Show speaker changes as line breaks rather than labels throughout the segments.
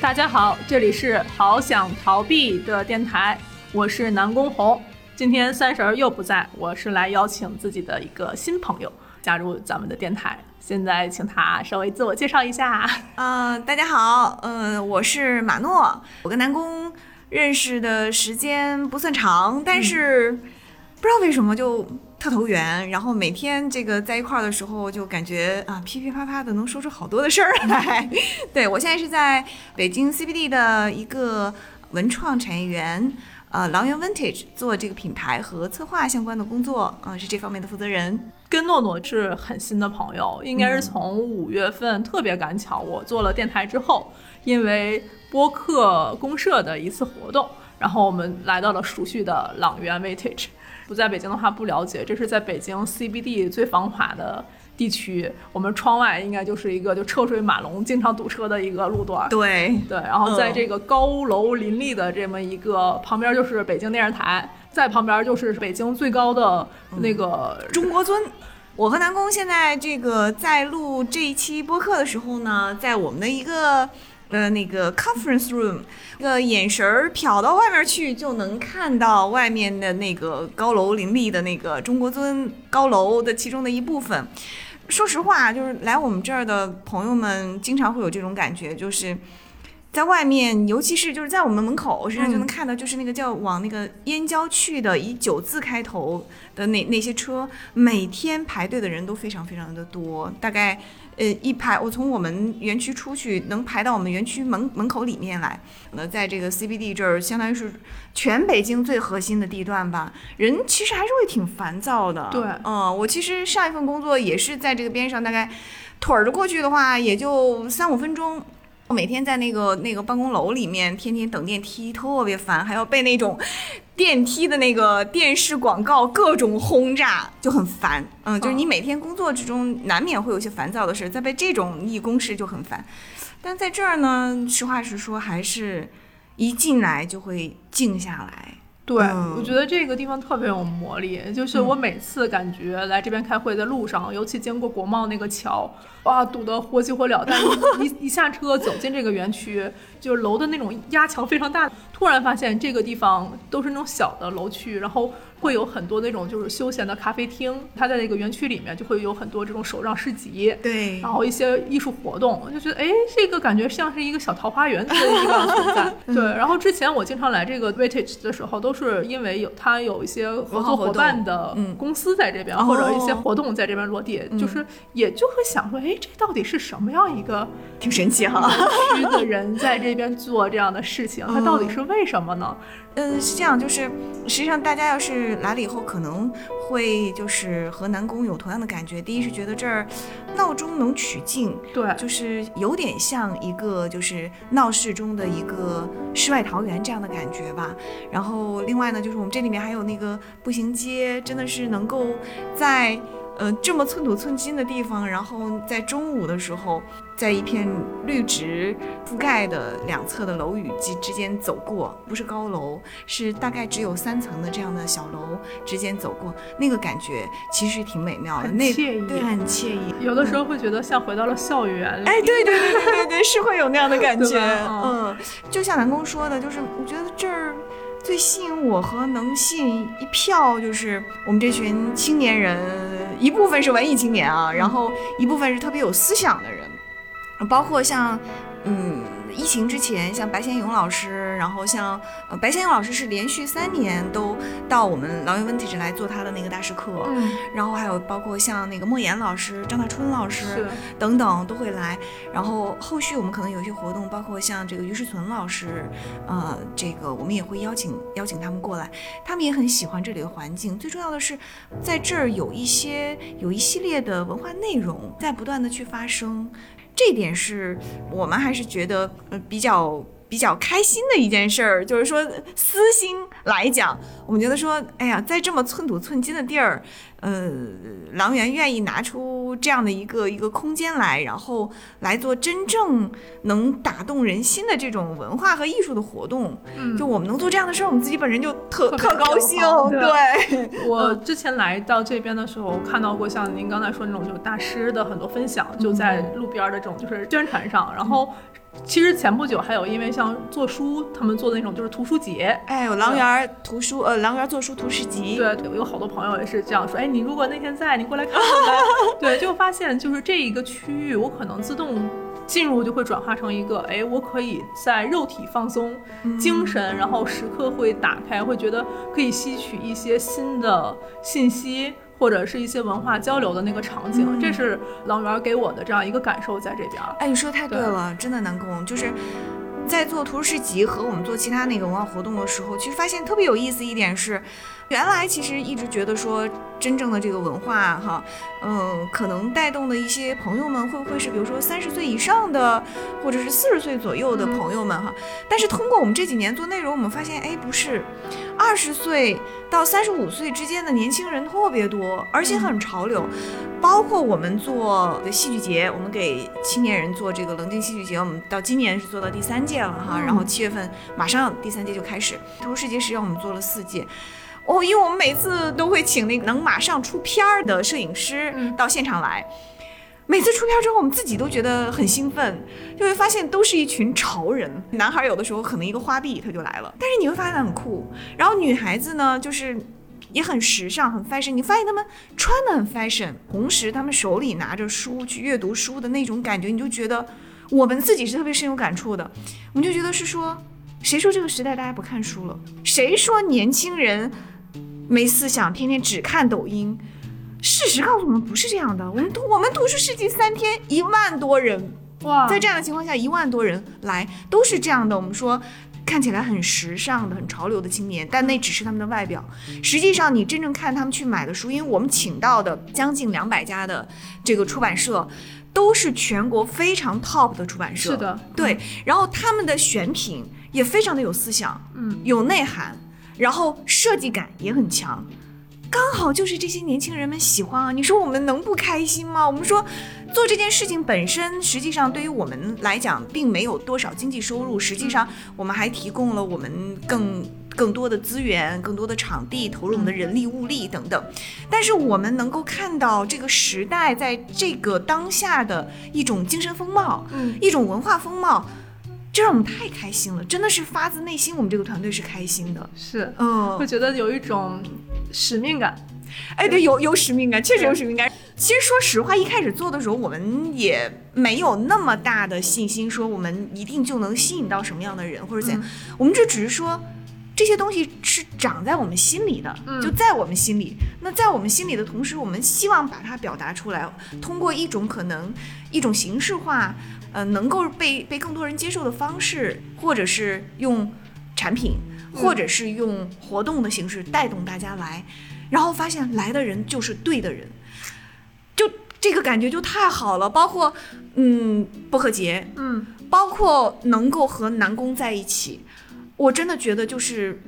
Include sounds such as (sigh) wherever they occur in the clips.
大家好，这里是好想逃避的电台，我是南宫红。今天三婶儿又不在，我是来邀请自己的一个新朋友加入咱们的电台。现在请他稍微自我介绍一下。
嗯、大家好，嗯、我是马诺，我跟南宫认识的时间不算长，但是不知道为什么就特投缘，然后每天这个在一块儿的时候就感觉啊噼噼啪啪的能说出好多的事儿来。 (laughs) 对我现在是在北京 CBD 的一个文创产业园。呃，狼园 Vintage 做这个品牌和策划相关的工作，嗯、是这方面的负责人。
跟诺诺是很新的朋友，应该是从五月份特别赶巧，我做了电台之后，因为播客公社的一次活动，然后我们来到了熟悉的朗园 Vintage。不在北京的话不了解，这是在北京 CBD 最繁华的地区，我们窗外应该就是一个就车水马龙、经常堵车的一个路段。
对，
对，然后在
嗯
这个高楼林立的这么一个旁边就是北京电视台，在旁边就是北京最高的那个
中国尊。我和南宫现在这个在录这一期播客的时候呢，在我们的一个呃那个 conference room，一个眼神儿瞟到外面去就能看到外面的那个高楼林立的那个中国尊高楼的其中的一部分。说实话，就是来我们这儿的朋友们经常会有这种感觉，就是。在外面，尤其是就是在我们门口，实际上就能看到，就是那个嗯叫往那个燕郊去的，以九字开头的那那些车，每天排队的人都非常非常的多，大概呃一排，我从我们园区出去，能排到我们园区门门口里面来。那在这个 CBD 这儿，相当于是全北京最核心的地段吧，人其实还是会挺烦躁的。
对
嗯，我其实上一份工作也是在这个边上，大概腿儿着过去的话，也就三五分钟。我每天在那个那个办公楼里面，天天等电梯，特别烦，还要被那种电梯的那个电视广告各种轰炸，就很烦。嗯，就是你每天工作之中难免会有一些烦躁的事，再被这种一公事就很烦。但在这儿呢，实话实说，还是一进来就会静下来。
对，
嗯
我觉得这个地方特别有魔力。就是我每次感觉来这边开会的路上，尤其经过国贸那个桥，哇，堵得火急火燎。但一一一下车走进这个园区，就是楼的那种压强非常大。突然发现这个地方都是那种小的楼区，然后会有很多那种就是休闲的咖啡厅。它在那个园区里面就会有很多这种手账市集，
对
然后一些艺术活动，我就觉得哎，诶这个感觉像是一个小桃花源之类的一个
(laughs)
存在。
嗯
对，然后之前我经常来这个 Vintage 的时候，都是因为有它有一些合作伙伴的
嗯
公司在这边，
哦
或者一些活动在这边落地，就是也就会想说，哎，这到底是什么样一个
(laughs) 挺神奇哈、
区的人在这边做这样的事情？它到底是为什么呢？
嗯，是这样，就是实际上大家要是来了以后，可能会就是和南宫有同样的感觉。第一是觉得这儿闹中能取静，
对，
就是有点像一个就是闹市中的一个世外桃源这样的感觉吧。然后另外呢，就是我们这里面还有那个步行街，真的是能够在呃这么寸土寸金的地方，然后在中午的时候，在一片绿植覆盖的呃两侧的楼宇之之间走过，不是高楼，是大概只有三层的这样的小楼之间走过，那个感觉其实挺美妙的，
很
那
惬意
对，很惬意。
有的时候会觉得像回到了校园里。
哎，对对对对
(laughs)
对对，是会有那样的感觉。
对吧
嗯，就像南宫说的，就是我觉得这儿最吸引我和能吸引一票，就是我们这群青年人，一部分是文艺青年
嗯
啊，然后一部分是特别有思想的人，包括像嗯。疫情之前，像白先勇老师，然后像呃白先勇老师是连续三年都到我们狼园 Vintage 来做他的那个大师课，
嗯，
然后还有包括像那个莫言老师、张大春老师，
是，
等等都会来。然后后续我们可能有一些活动，包括像这个于世存老师，呃，这个我们也会邀请邀请他们过来，他们也很喜欢这里的环境。最重要的是，在这儿有一些有一系列的文化内容在不断的去发生，这一点是我们还是觉得呃比较。比较开心的一件事儿，就是说私心来讲，我们觉得说，哎呀，在这么寸土寸金的地儿，呃，狼园愿意拿出这样的一个一个空间来，然后来做真正能打动人心的这种文化和艺术的活动，
嗯
就我们能做这样的事儿，我们自己本身就特
特别
特高
高
兴，
兴
对，
我之前来到这边的时候，看到过像您刚才说那种就是大师的很多分享，就在路边儿的这种就是宣传上。然后，其实前不久还有因为像做书，他们做的那种就是图书节。
哎，有狼园儿图书，呃，狼园儿做书图诗集，
对，有好多朋友也是这样说，哎，你如果那天在，你过来看看呗。 (laughs) 对，就发现就是这一个区域，我可能自动进入就会转化成一个，哎，我可以在肉体放松，精神，然后时刻会打开，会觉得可以吸取一些新的信息。或者是一些文化交流的那个场景，这是狼园给我的这样一个感受，在这边儿。
哎，你说太对
对
了，真的南宫就是在做图书市集和我们做其他那个文化活动的时候，其实发现特别有意思一点是，原来其实一直觉得说真正的这个文化哈，嗯，可能带动的一些朋友们会不会是比如说三十岁以上的，或者是四十岁左右
嗯
的朋友们哈，但是通过我们这几年做内容，我们发现哎不是，二十岁到三十五岁之间的年轻人特别多，而
嗯
且很潮流。包括我们做的戏剧节，我们给青年人做这个棱镜戏剧节，我们到今年是做到第三届了哈，
嗯
然后七月份马上第三届就开始。图世界实际上我们做了四届。哦，因为我们每次都会请那个能马上出片儿的摄影师
嗯
到现场来，每次出片儿之后，我们自己都觉得很兴奋，就会发现都是一群潮人。男孩儿有的时候可能一个花臂他就来了，但是你会发现他很酷。然后女孩子呢，就是也很时尚，很 fashion。你发现她们穿的很 fashion，同时她们手里拿着书去阅读书的那种感觉，你就觉得我们自己是特别深有感触的。我们就觉得是说，谁说这个时代大家不看书了？谁说年轻人没思想，天天只看抖音？事实告诉我们不是这样的。我们读我们读书世纪三天一万多人
哇
在这样的情况下，一万多人来都是这样的。我们说。看起来很时尚的、很潮流的青年，但那只是他们的外表。实际上，你真正看他们去买的书，因为我们请到的将近两百家的这个出版社，都是全国非常 top 的出版社。
是的，
对，然后他们的选品也非常的有思想，
嗯，
有内涵，然后设计感也很强，刚好就是这些年轻人们喜欢啊。你说我们能不开心吗？我们说做这件事情本身，实际上对于我们来讲，并没有多少经济收入，实际上我们还提供了我们更。更多的资源、更多的场地，投入我们的人力、物力等等，但是我们能够看到这个时代在这个当下的一种精神风貌，
嗯，
一种文化风貌，这让我们太开心了，真的是发自内心，我们这个团队是开心的。
是
嗯
会，觉得有一种使命感。
哎，对，有有使命感，确实有使命感。其实说实话，一开始做的时候，我们也没有那么大的信心，说我们一定就能吸引到什么样的人或者怎样。我们这只是说，这些东西是长在我们心里的，
嗯
就在我们心里。那在我们心里的同时，我们希望把它表达出来，通过一种可能一种形式化，呃，能够被被更多人接受的方式，或者是用产品，或者是用活动的形式带动大家来，然后发现来的人就是对的人，就这个感觉就太好了。包括嗯，薄荷节，
嗯，
包括能够和南宫在一起，我真的觉得就是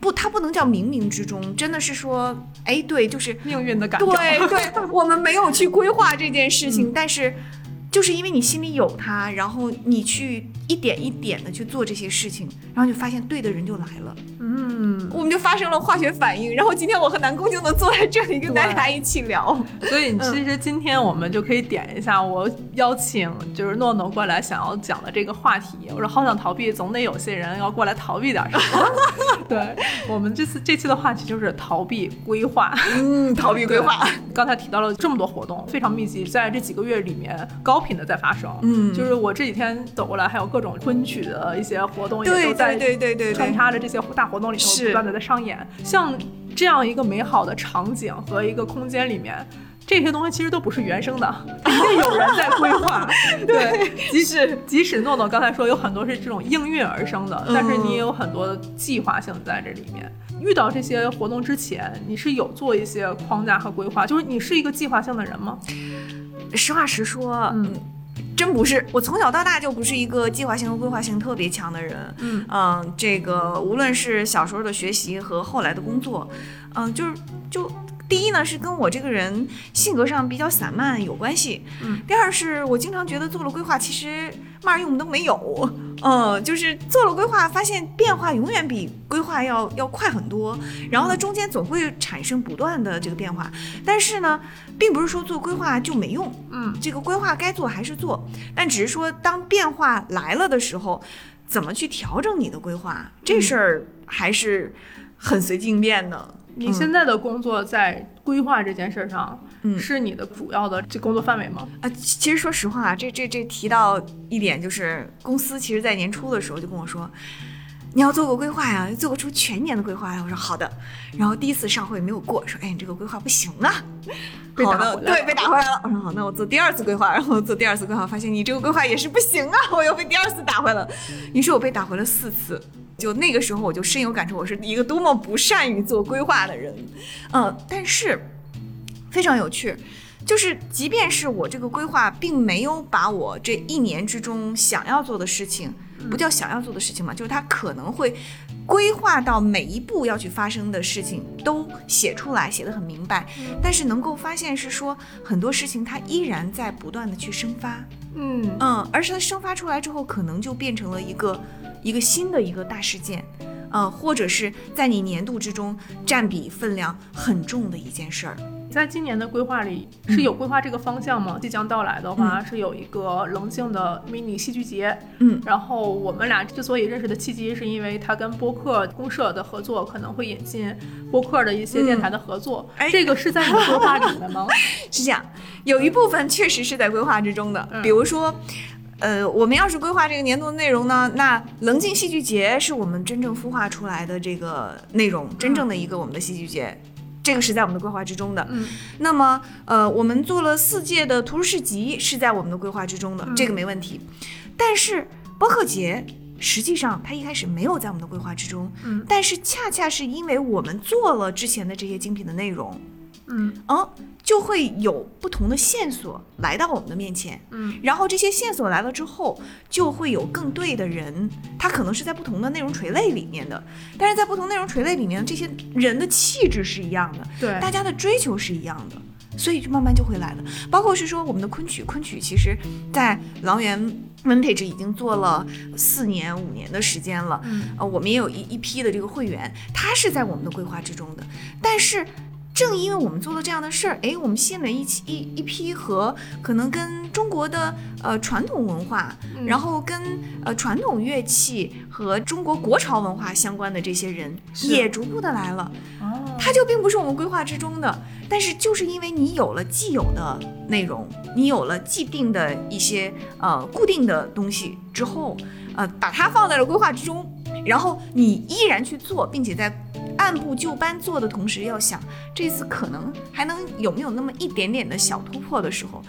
不，它不能叫冥冥之中，真的是说，哎，对，就是
命运的感觉。 (laughs)
对对，我们没有去规划这件事情，但是就是因为你心里有它，然后你去一点一点的去做这些事情，然后就发现对的人就来了，
嗯，
我们就发生了化学反应，然后今天我和南宫就能坐在这里跟大家一起聊。
所
嗯
以其实今天我们就可以点一下我邀请就是诺诺过来想要讲的这个话题。我说好想逃避，总得有些人要过来逃避点儿什
(laughs)
么。对我们这次这期的话题就是逃避规划。 (laughs)
嗯，逃避规划，
刚才提到了这么多活动，非常密集，在这几个月里面高频的在发生。
嗯
就是我这几天走过来，还有各种婚曲的一些活动也
对
都在
对对对对
穿
对，
插着这些大活动里头
是
不断的在上演，像这样一个美好的场景和一个空间里面。这些东西其实都不是原生的，一定有人在规
(laughs)
划。对，即使即使诺诺刚才说有很多是这种应运而生的，但是
嗯
你也有很多计划性在这里面。遇到这些活动之前，你是有做一些框架和规划，就是你是一个计划性的人吗？
实话实说，
嗯
嗯，真不是，我从小到大就不是一个计划性和规划性特别强的人。
嗯
这个无论是小时候的学习和后来的工作，嗯、就是就第一呢是跟我这个人性格上比较散漫有关系。
嗯，
第二是我经常觉得做了规划其实嘛用都没有。嗯，就是做了规划，发现变化永远比规划要要快很多。然后呢，中间总会产生不断的这个变化，但是呢，并不是说做规划就没用。
嗯，
这个规划该做还是做，但只是说当变化来了的时候，怎么去调整你的规划，这事儿还是很随机应变的。
你现在的工作在规划这件事上，
嗯
是你的主要的这工作范围吗？
啊，其其实说实话，这这这提到一点，就是公司其实在年初的时候就跟我说，你要做个规划呀，做个出全年的规划呀。我说好的，然后第一次上会没有过，说哎你这个规划不行啊，
被
好
打
的
回来
对
了
被打回来了。我说好，那我做第二次规划，然后做第二次规划，发现你这个规划也是不行啊， (laughs) 我又被第二次打回来了。于是我被打回了四次。就那个时候，我就深有感触，我是一个多么不善于做规划的人，嗯，但是非常有趣，就是即便是我这个规划并没有把我这一年之中想要做的事情，
嗯
不叫想要做的事情嘛，就是它可能会规划到每一步要去发生的事情都写出来，写得很明白，但是能够发现是说很多事情它依然在不断的去生发，
嗯
嗯，而是它生发出来之后，可能就变成了一个一个新的一个大事件，呃，或者是在你年度之中占比分量很重的一件事儿。
在今年的规划里是有规划这个方向
嗯
吗？即将到来的话，是有一个棱镜的 mini 戏剧节。
嗯，
然后我们俩之所以认识的契机，是因为他跟播客公社的合作，可能会引进播客的一些电台的合作。
哎
这个是在你的规划里
(laughs)
面吗？
是这样，有一部分确实是在规划之中的，比如说。呃，我们要是规划这个年度的内容呢，那棱镜戏剧节是我们真正孵化出来的这个内容，真正的一个我们的戏剧节，这个是在我们的规划之中的。
嗯，
那么，呃，我们做了四届的图书市集是在我们的规划之中的，
嗯
这个没问题。但是播客节实际上它一开始没有在我们的规划之中，
嗯
但是恰恰是因为我们做了之前的这些精品的内容，
嗯
嗯，就会有不同的线索来到我们的面前，
嗯
然后这些线索来了之后，就会有更对的人，他可能是在不同的内容垂类里面的，但是在不同内容垂类里面，这些人的气质是一样的，
对，
大家的追求是一样的，所以就慢慢就会来了。包括是说我们的昆曲，昆曲其实在狼园 Vintage 已经做了四年五年的时间了，
嗯
呃，我们也有一一批的这个会员，他是在我们的规划之中的，但是。正因为我们做了这样的事儿，哎，我们吸引了一起一一批和可能跟中国的呃传统文化，
嗯
然后跟呃传统乐器和中国国潮文化相关的这些人
是
也逐步的来了。
哦
它就并不是我们规划之中的，但是就是因为你有了既有的内容，你有了既定的一些呃固定的东西之后，呃，把它放在了规划之中，然后你依然去做，并且在按部就班做的同时，要想这次可能还能有没有那么一点点的小突破的时候，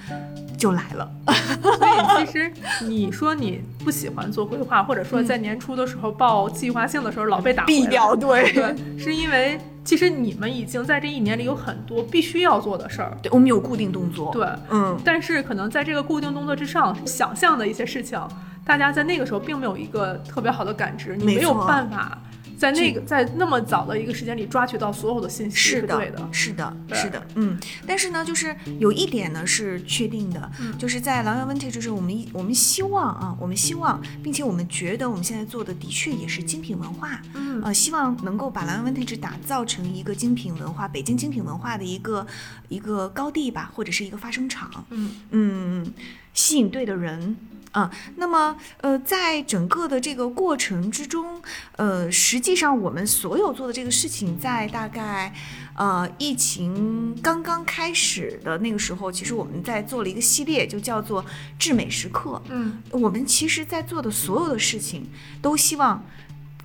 就来了。
所以其实你说你不喜欢做规划，或者说在年初的时候报计划性的时候老被打回来
必嗯掉队，
对，是因为其实你们已经在这一年里有很多必须要做的事儿，
对，我们有固定动作。，
对。
嗯，
但是可能在这个固定动作之上，想象的一些事情，大家在那个时候并没有一个特别好的感知，你
没
没有
错
办法在那个在那么早的一个时间里抓取到所有的信息
是的，
对的。
是的，
对
是的，嗯。但是呢，就是有一点呢是确定的，
嗯
就是在狼园 Vintage，就是我们一我们希望啊，我们希望，并且我们觉得我们现在做的的确也是精品文化，
嗯
呃，希望能够把狼园 Vintage 打造成一个精品文化，北京精品文化的一个一个高地吧，或者是一个发声场，
嗯
嗯，吸引对的人。啊，那么呃，在整个的这个过程之中，呃，实际上我们所有做的这个事情，在大概呃疫情刚刚开始的那个时候，其实我们在做了一个系列，就叫做“至美时刻”。
嗯
我们其实，在做的所有的事情，都希望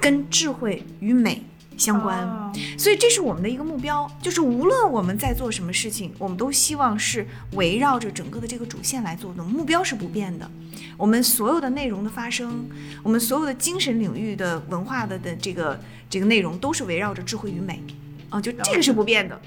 跟智慧与美相关。
啊
所以这是我们的一个目标，就是无论我们在做什么事情，我们都希望是围绕着整个的这个主线来做的，目标是不变的。我们所有的内容的发生，我们所有的精神领域的文化的的这个这个内容，都是围绕着智慧与美，啊、就这个是不变的。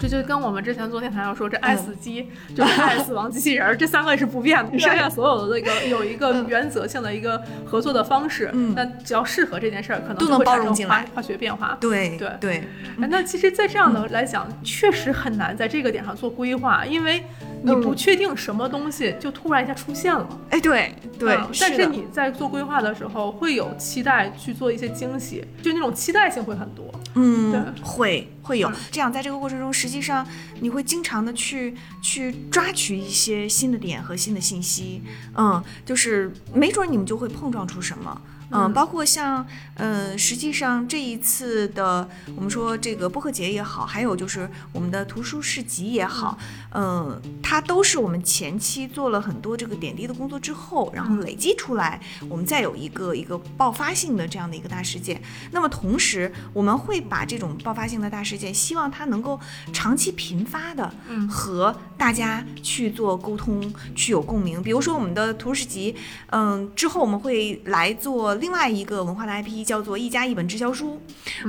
这就跟我们之前做电台要说，这爱
嗯
死机、就是爱死亡机器人儿，这三个是不变的，剩下所有的那个有一个原则性的一个合作的方式，
嗯
那只要适合这件事儿，可能
都
就
能
会
包
产
容
生
进
化
来
化学变化。
对
对
对，
哎那其实，在这样的来讲，确实很难在这个点上做规划，因为你
嗯
不确定什么东西就突然一下出现了。
哎对对
嗯，但
的
是你在做规划的时候，会有期待去做一些惊喜，就那种期待性会很多。
嗯，
对
会会有这样，在这个过程中，实际上你会经常的去去抓取一些新的点和新的信息，嗯，就是没准你们就会碰撞出什么。嗯，
嗯
包括像，呃，实际上这一次的，我们说这个播客节也好，还有就是我们的图书市集也好，嗯，它都是我们前期做了很多这个点滴的工作之后，然后累积出来，我们再有一个一个爆发性的这样的一个大事件。那么同时，我们会把这种爆发性的大事件，希望它能够长期频发的
嗯
和大家去做沟通，去有共鸣。比如说我们的图书集，嗯，之后我们会来做另外一个文化的 IP，叫做“一家一本直销书”，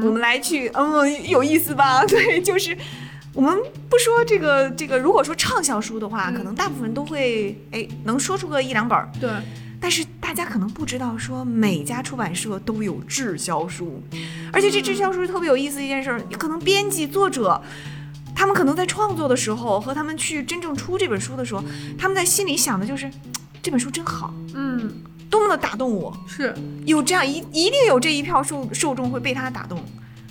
我们来去，嗯，有意思吧？ (laughs) 对，就是。我们不说这个这个，如果说畅销书的话，
嗯
可能大部分都会哎能说出个一两本儿，
对，
但是大家可能不知道，说每家出版社都有滞销书，而且这滞销书特别有意思的一件事儿，可能编辑作者。他们可能在创作的时候和他们去真正出这本书的时候，他们在心里想的就是嘖这本书真好，
嗯，
多么的打动我。
是，
有这样一一定有这一票受受众会被他打动，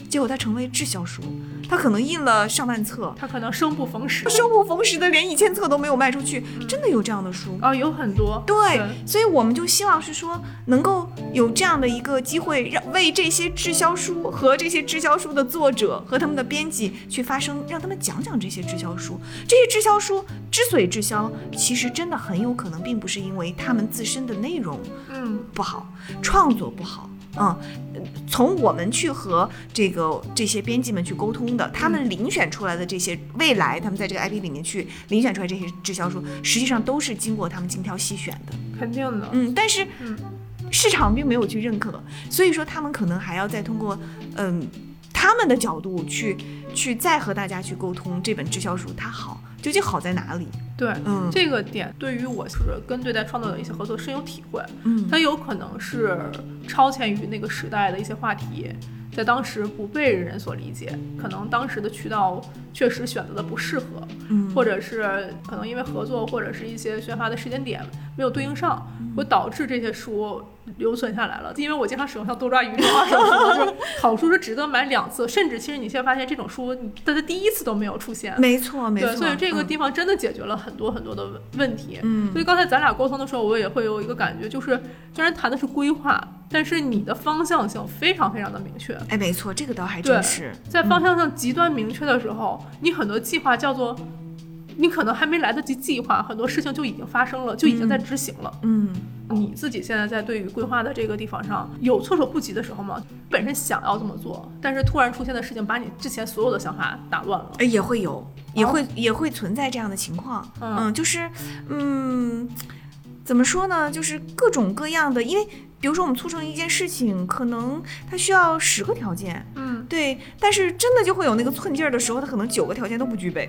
结果他成为滞销书，他可能印了上万册，
他可能生不逢时。
生不逢时的连一千册都没有卖出去，真的有这样的书。
啊、有很多。
对
对，
所以我们就希望是说，能够有这样的一个机会，让为这些滞销书和这些滞销书的作者和他们的编辑去发声，让他们讲讲这些滞销书。这些滞销书之所以滞销，其实真的很有可能并不是因为他们自身的内容
嗯，
不好，创作不好。嗯，从我们去和这个这些编辑们去沟通的，他们遴选出来的这些未来，他们在这个 IP 里面去遴选出来这些滞销书，实际上都是经过他们精挑细选的。
肯定的。
嗯，但是
嗯
市场并没有去认可，所以说他们可能还要再通过嗯他们的角度去去再和大家去沟通这本滞销书它好究竟好在哪里？
对，
嗯
这个点对于我就是跟对待创作的一些合作深有体会。
嗯
它有可能是超前于那个时代的一些话题，在当时不被人所理解，可能当时的渠道确实选择的不适合，
嗯
或者是可能因为合作或者是一些宣发的时间点没有对应上，会导致这些书留存下来了。因为我经常使用像多抓鱼这种二手书，就是好书是值得买两次，甚至其实你现在发现这种书，你它的第一次都没有出现。
没错没错，
对，所以这个
嗯
地方真的解决了很多很多的问问题。
嗯
所以刚才咱俩沟通的时候，我也会有一个感觉，就是虽然谈的是规划，但是你的方向性非常非常的明确。
哎没错，这个倒还
对
真是
在方向上极端明确的时候，你很多计划叫做，你可能还没来得及计划，很多事情就已经发生了，就已经在执行了。
嗯
你自己现在在对于规划的这个地方上有措手不及的时候吗？本身想要这么做，但是突然出现的事情把你之前所有的想法打乱了。
哎也会有也会、也会存在这样的情况，
嗯
就是嗯怎么说呢，就是各种各样的，因为比如说我们促成一件事情，可能它需要十个条件。
嗯，
对，但是真的就会有那个寸劲儿的时候，他可能九个条件都不具备。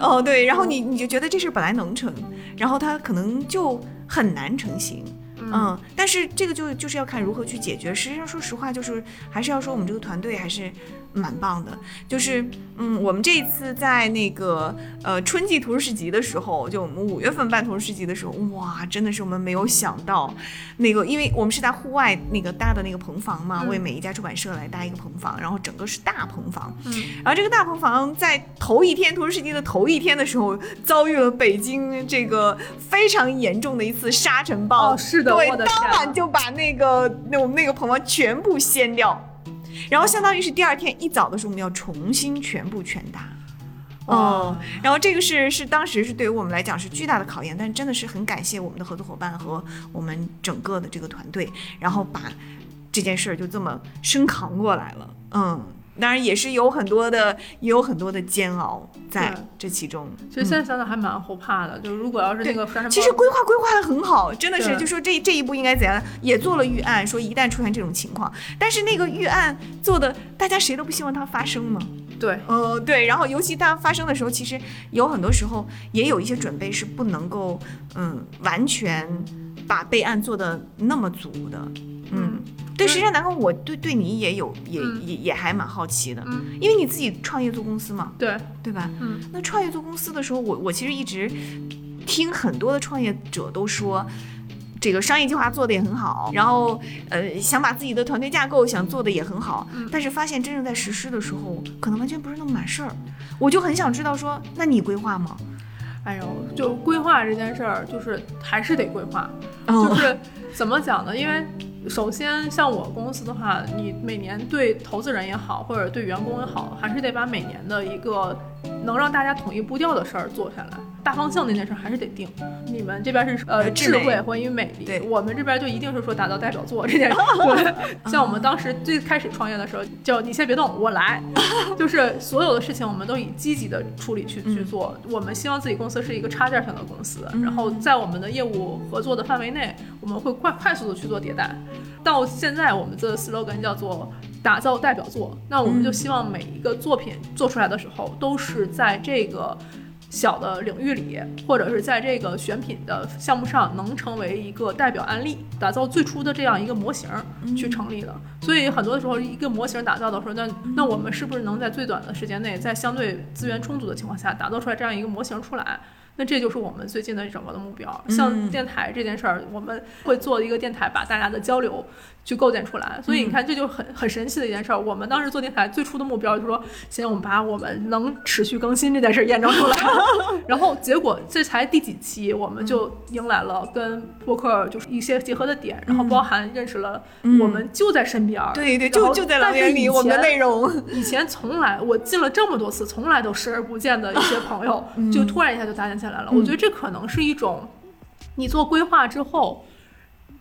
哦，对，然后你你就觉得这事儿本来能成，然后他可能就很难成型。
嗯
嗯，但是这个就就是要看如何去解决。实际上，说实话，就是还是要说我们这个团队还是蛮棒的。就是嗯，我们这一次在那个呃春季图书市集的时候，就我们五月份办图书市集的时候，哇，真的是我们没有想到，那个，因为我们是在户外那个搭的那个棚房嘛，
嗯
为每一家出版社来搭一个棚房，然后整个是大棚房。
嗯
然后这个大棚房在头一天，图书世界的头一天的时候，遭遇了北京这个非常严重的一次沙尘暴。
哦是的
对
我，的
当
天啊
晚就把那个那我们那个棚房全部掀掉，然后相当于是第二天一早的时候，我们要重新全部全搭。哦，然后这个是是当时是对于我们来讲是巨大的考验，但真的是很感谢我们的合作伙伴和我们整个的这个团队，然后把这件事儿就这么生扛过来了。嗯，当然也是有很多的，也有很多的煎熬在
对
这其中。
其实现在想想还蛮后怕的，就是如果要是那个沙尘暴，
嗯其实规划规划的很好，真的是
对
就说这这一步应该怎样，也做了预案，说一旦出现这种情况，但是那个预案做的，大家谁都不希望它发生嘛。
对，
呃，对，然后尤其它发生的时候，其实有很多时候也有一些准备是不能够，嗯，完全把备案做的那么足的，嗯。对，
嗯
实际上南宫，我对对你也有也、
嗯
也也还蛮好奇的，
嗯
因为你自己创业做公司嘛，
对，
对吧？
嗯，
那创业做公司的时候，我我其实一直听很多的创业者都说。这个商业计划做的也很好，然后呃想把自己的团队架构想做的也很好，
嗯
但是发现真正在实施的时候，可能完全不是那么码事儿。我就很想知道说，那你规划吗？
哎呦，就规划这件事儿，就是还是得规划，就
嗯
是怎么讲呢？因为首先像我公司的话，你每年对投资人也好，或者对员工也好，还是得把每年的一个能让大家统一步调的事儿做下来。大方向那件事儿还是得定。你们这边是呃
呃
智
智
慧
美
关于美丽
对，
我们这边就一定是说打造代表作
(laughs)
这件事儿。对，像我们当
哦
时最开始创业的时候，就你先别动，我
(laughs)
来，就是所有的事情我们都以积极的处理去去
嗯
做。我们希望自己公司是一个插件型的公司，
嗯
然后在我们的业务合作的范围内，我们会快快速的去做迭代。到现在，我们的 slogan 叫做“打造代表作”。那我们
嗯
就希望每一个作品做出来的时候，都是在这个小的领域里，或者是在这个选品的项目上，能成为一个代表案例，打造最初的这样一个模型儿去成立的。所以很多时候，一个模型打造的时候，那那我们是不是能在最短的时间内，在相对资源充足的情况下，打造出来这样一个模型出来？那这就是我们最近的整个的目标。像
嗯
电台这件事儿，我们会做一个电台，把大家的交流去构建出来。所以你看，这就很很神奇的一件事儿。我们当时做电台最初的目标就是说，先我们把我们能持续更新这件事儿验证出来，然后结果这才第几期，我们就迎来了跟播客就是一些结合的点，然后包含认识了我们就在身边儿，
对 (laughs) 对，
然
就
后
就在狼
但是
园里，
以
我们的
前
内容。
以前从来我进了这么多次，从来都视而不见的一些朋友，就突然一下就搭建起来了。我觉得这可能是一种，你做规划之后，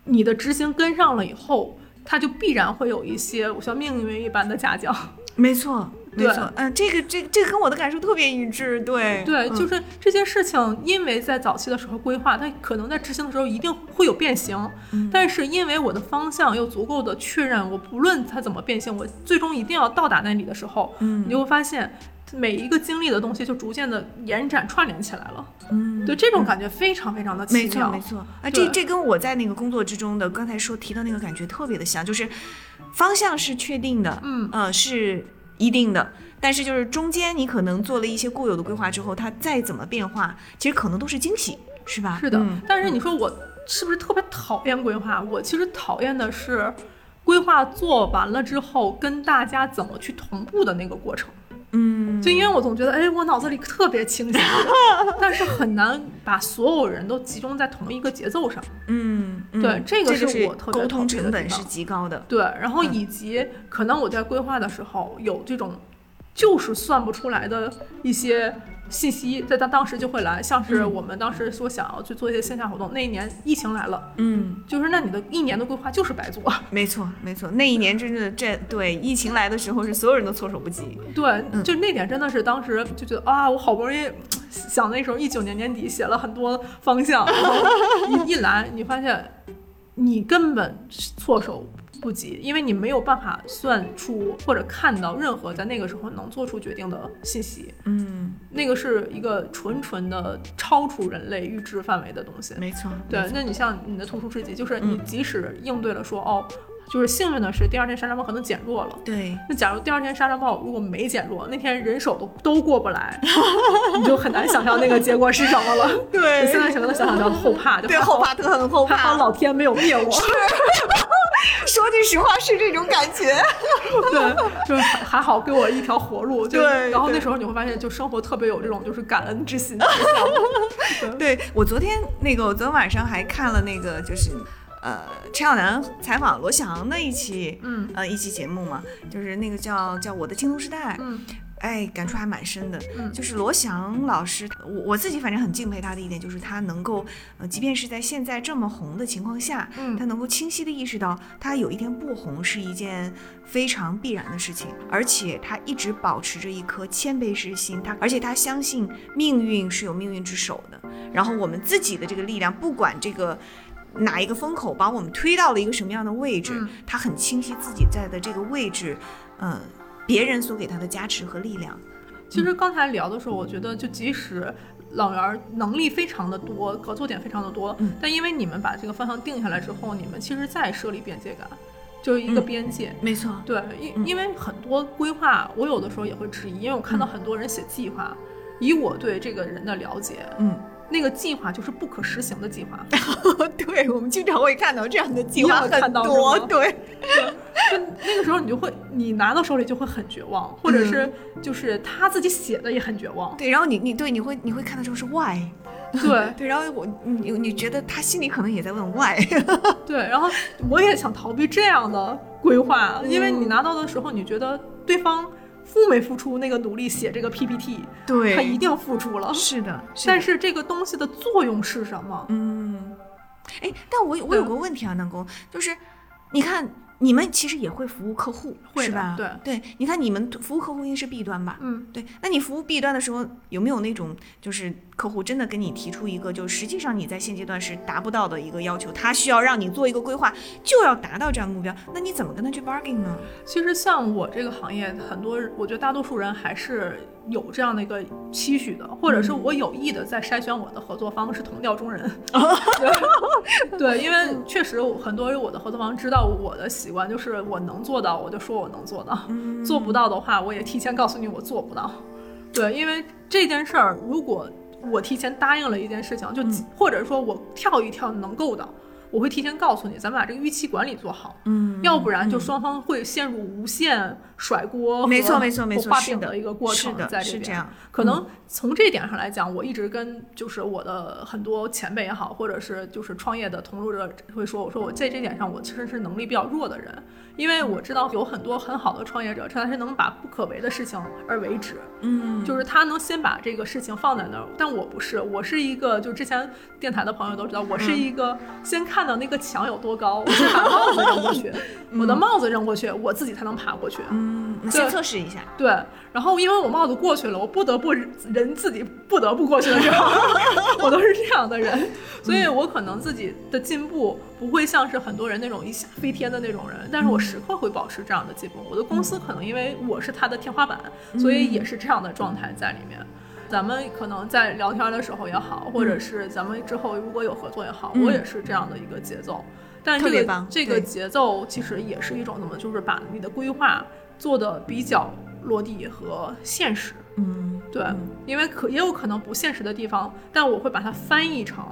你的执行跟上了以后，它就必然会有一些我像命运一般的嘉奖。
(laughs) 没错，没
对
错，嗯、这个这个这个跟我的感受特别一致，对
对，
嗯
就是这些事情，因为在早期的时候规划，它可能在执行的时候一定会有变形，
嗯
但是因为我的方向又足够的确认，我不论它怎么变形，我最终一定要到达那里的时候，
嗯
你就会发现。每一个经历的东西就逐渐的延展串联起来了，嗯，对，这种感觉非常非常的奇
没错
妙
没，错啊，这
对
这跟我在那个工作之中的刚才说提到那个感觉特别的像，就是方向是确定的，
嗯
呃是一定的，但是就是中间你可能做了一些固有的规划之后，它再怎么变化，其实可能都是惊喜，是吧？
是的。
嗯
但是你说我是不是特别讨厌规划？我其实讨厌的是规划做完了之后跟大家怎么去同步的那个过程。
嗯，
就因为我总觉得，哎，我脑子里特别清
(laughs)
晰，但是很难把所有人都集中在同一个节奏上。
嗯，嗯
对这
这
个
个
是
是
我特别
沟
讨
通
厌的
成本
地方
是极高的，
对，然后
嗯
以及可能我在规划的时候有这种，就是算不出来的一些信息，在当当时就会来，像是
嗯
我们当时说想要去做一些线下活动，那一年疫情来了，
嗯。
就是那你的一年的规划就是白做。
没错，没错，那一年真的这对疫情来的时候是所有人都措手不及。
对，
嗯
就那点真的是当时就觉得啊，我好不容易嗯想那时候一九年年底写了很多方向，然后一一来你发现你根本措手不及，因为你没有办法算出或者看到任何在那个时候能做出决定的信息，
嗯，
那个是一个纯纯的超出人类预知范围的东西。
没错，嗯
对，那你像你的突出之极，就是你即使应对了说、哦，就是幸运的是第二天沙尘暴可能减弱了。
对，
那假如第二天沙尘暴如果没减弱，那天人手都都过不来，你就很难想象那个结果是什么
(laughs)
了。 (laughs)
对
现在什么都想想到后怕，就
对，后怕，特很后
还好
怕。
老天没有灭我。
说句实话，是这种感觉。
对，就是还还好给我一条活路。就
对
然后
对
那时候你会发现，就生活特别有这种就是感恩之心的项目。
对我昨天那个，我昨天晚上还看了那个，就是呃，陈晓楠采访罗翔的一期，
嗯
呃，一期节目嘛，就是那个叫叫我的青铜时代，
嗯
哎，感触还蛮深的。
嗯
就是罗翔老师，我我自己反正很敬佩他的一点，就是他能够，呃，即便是在现在这么红的情况下，
嗯
他能够清晰的意识到，他有一天不红是一件非常必然的事情，而且他一直保持着一颗谦卑之心，他而且他相信命运是有命运之手的，然后我们自己的这个力量，不管这个。哪一个风口把我们推到了一个什么样的位置？
嗯
他很清晰自己在的这个位置，嗯、别人所给他的加持和力量。
其实刚才聊的时候，我觉得就即使朗园儿能力非常的多，合作点非常的多，
嗯
但因为你们把这个方向定下来之后，你们其实在设立边界感，就是一个
嗯
边界。
没错，
对，
嗯
因因为很多规划，我有的时候也会质疑，因为我看到很多人写计划，以我对这个人的了解，
嗯，
那个计划就是不可实行的计划，
(laughs) 对我们经常会看到这样的计
你
划
也看
很
到是
多，
吗
对，
就那个时候你就会，你拿到手里就会很绝望，或
嗯
者是就是他自己写的也很绝
(laughs)
望。
对，然后你你对你会你会看到这个是 why，
对
对，然后我你你觉得他心里可能也在问 why，
对，然后我也想逃避这样的规划，因为
嗯
你拿到的时候，你觉得对方付没付出那个努力写这个 PPT，
对 (laughs)
他一定付出了，
是的，是
但
的，
是这个东西的作用是什么？
嗯，哎，但我有我有个问题啊，南宫，就是你看你们其实也会服务客户，
会
是
的
吧？
对
对，你看你们服务客户应该是 B 端吧？
嗯，
对，那你服务 B 端的时候，有没有那种就是客户真的跟你提出一个，就实际上你在现阶段是达不到的一个要求，他需要让你做一个规划，就要达到这样的目标，那你怎么跟他去 bargain 呢？
其实像我这个行业，很多人我觉得大多数人还是有这样的一个期许的，或者是我有意的在筛选我的合作方是同调中人。对对，因为确实我很多我的合作方知道我的习惯，就是我能做到我就说我能做到，(laughs)
嗯
做不到的话我也提前告诉你我做不到。对，因为这件事儿，如果我提前答应了一件事情，就、
嗯
或者说我跳一跳能够的，我会提前告诉你，咱们把这个预期管理做好。
嗯，
要不然就双方会陷入无限甩锅和、
没错没错没
和
错，
画
是
饼
的
一个过程
是的，
在
是这
边。
样，
可能从这点上来讲，我一直跟就是我的很多前辈也好，或者是就是创业的同路者会说，我说我在这点上我其实是能力比较弱的人，因为我知道有很多很好的创业者，他是能把不可为的事情而为之，
嗯，
就是他能先把这个事情放在那儿，但我不是，我是一个，就之前电台的朋友都知道，我是一个先看到那个墙有多高，我先把帽子扔过去，我的帽子扔过去，我自己才能爬过去。
嗯，那先
对
测试一下，
对，然后因为我帽子过去了，我不得不人自己不得不过去的时候， (laughs) 我都是这样的人，所以我可能自己的进步不会像是很多人那种一下飞天的那种人，但是我时刻会保持这样的进步。我的公司可能因为我是它的天花板，所以也是这样的状态在里面。咱们可能在聊天的时候也好，或者是咱们之后如果有合作也好，
嗯
我也是这样的一个节奏。但
特
这
别
个
棒
这个
对
节奏其实也是一种怎么，就是把你的规划做的比较落地和现实。
嗯，
对，
嗯
因为可也有可能不现实的地方，但我会把它翻译成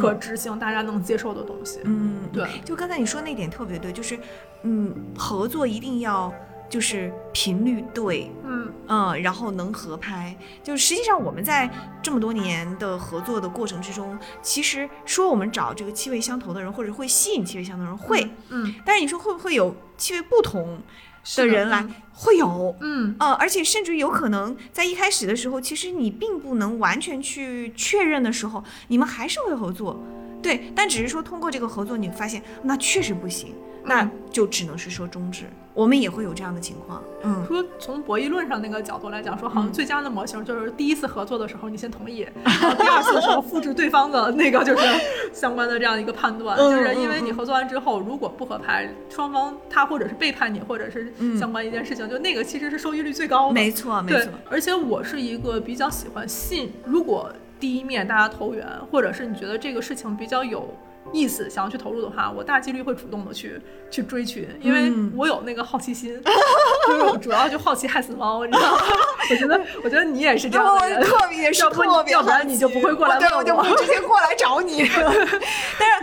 可执行、大家能接受的东西。
嗯，
对，
就刚才你说那点特别对，就是，嗯，合作一定要就是频率对，
嗯，
嗯，然后能合拍。就实际上我们在这么多年的合作的过程之中，其实说我们找这个气味相投的人，或者会吸引气味相投的人会，
嗯，
但是你说会不会有气味不同的
是
人来，，会有。
嗯，
呃，而且甚至有可能在一开始的时候，其实你并不能完全去确认的时候，你们还是会合作，对，但只是说通过这个合作，你发现那确实不行，
嗯
那就只能是说终止。我们也会有这样的情况，嗯，
说从博弈论上那个角度来讲，说好像最佳的模型就是第一次合作的时候你先同
(laughs)
意，然后第二次的时候复制对方的那个就是相关的这样一个判断，
嗯
就是因为你合作完之后如果不合拍，双方他或者是背叛你，或者是相关一件事情，就那个其实是收益率最高的。
嗯没错，没
对
错，，
而且我是一个比较喜欢信，如果第一面大家投缘，或者是你觉得这个事情比较有。意思想要去投入的话，我大几率会主动的去去追寻，因为
嗯
我有那个好奇心， (laughs) 就是我主要就好奇害死猫，你知道吗？ (laughs) 我觉得，我觉得你也是这
然
样
后
的
(laughs)
人，
特别是
要不
特别，哦
要不然你就不会过来
对，
问
我就
我 (laughs)
不会直接过来找你。但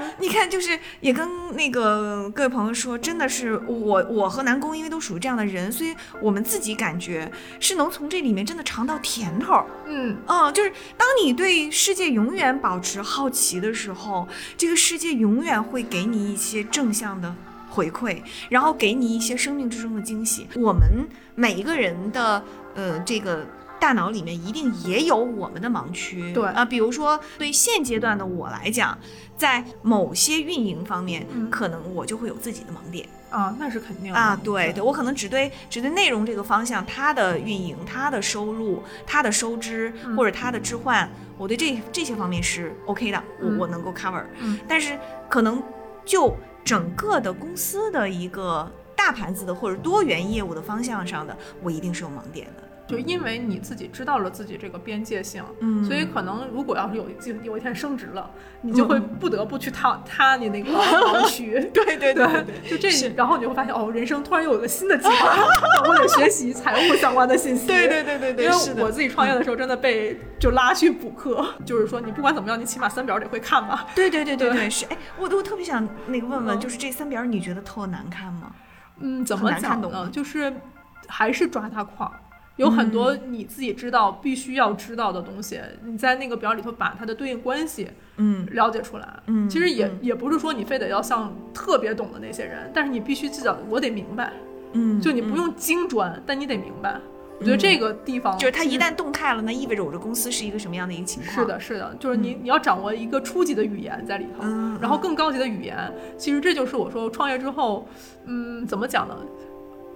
是你看，就是也跟那个各位朋友说，真的是我我和南宫因为都属于这样的人，所以我们自己感觉是能从这里面真的尝到甜头儿。
嗯，
嗯，就是当你对世界永远保持好奇的时候，这个世界永远会给你一些正向的回馈，然后给你一些生命之中的惊喜。我们每一个人的呃这个。大脑里面一定也有我们的盲区，
对
啊、比如说对现阶段的我来讲，在某些运营方面，
嗯
可能我就会有自己的盲点。
啊，那是肯定的
啊，对对，我可能只对只对内容这个方向，它的运营、它的收入、它的收支
嗯
或者它的置换，我对这这些方面是 OK 的，我我能嗯够 cover，、
嗯
但是可能就整个的公司的一个。大盘子的或者多元业务的方向上的，我一定是有盲点的。
就因为你自己知道了自己这个边界性，
嗯
所以可能如果要是有一季有一天升职了，你就会不得不去踏踏你那个盲区。
(laughs)
(laughs)
对对对对
就这，然后你就会发现，哦，人生突然又有一个新的计划， (laughs) 那我得学习财务相关的信息。
对对对对对，是
因为我
的，
自己创业的时候，真的被就拉去补课，就是说你不管怎么样，你起码三表得会看吧。
对对对对
对
对是。哎，我我特别想那个问问，
嗯
就是这三表你觉得透难看吗？
嗯，怎
很
么
难
讲
看懂
呢？就是还是抓大框，有很多
嗯
你自己知道、必须要知道的东西，你在那个表里头把它的对应关系
嗯
了解出来。
嗯
其实也、
嗯
也不是说你非得要像特别懂的那些人，但是你必须至少我得明白，
嗯，
就你
嗯
不用精专，但你得明白。我觉得这个地方
就是它
其
一
实
旦动态了，那意味着我这公司是一个什么样的一个情况？
嗯是，的，是的，就是你、你要掌握一个初级的语言在里头，
嗯，
然后更高级的语言，其实这就是我说创业之后，嗯，怎么讲呢？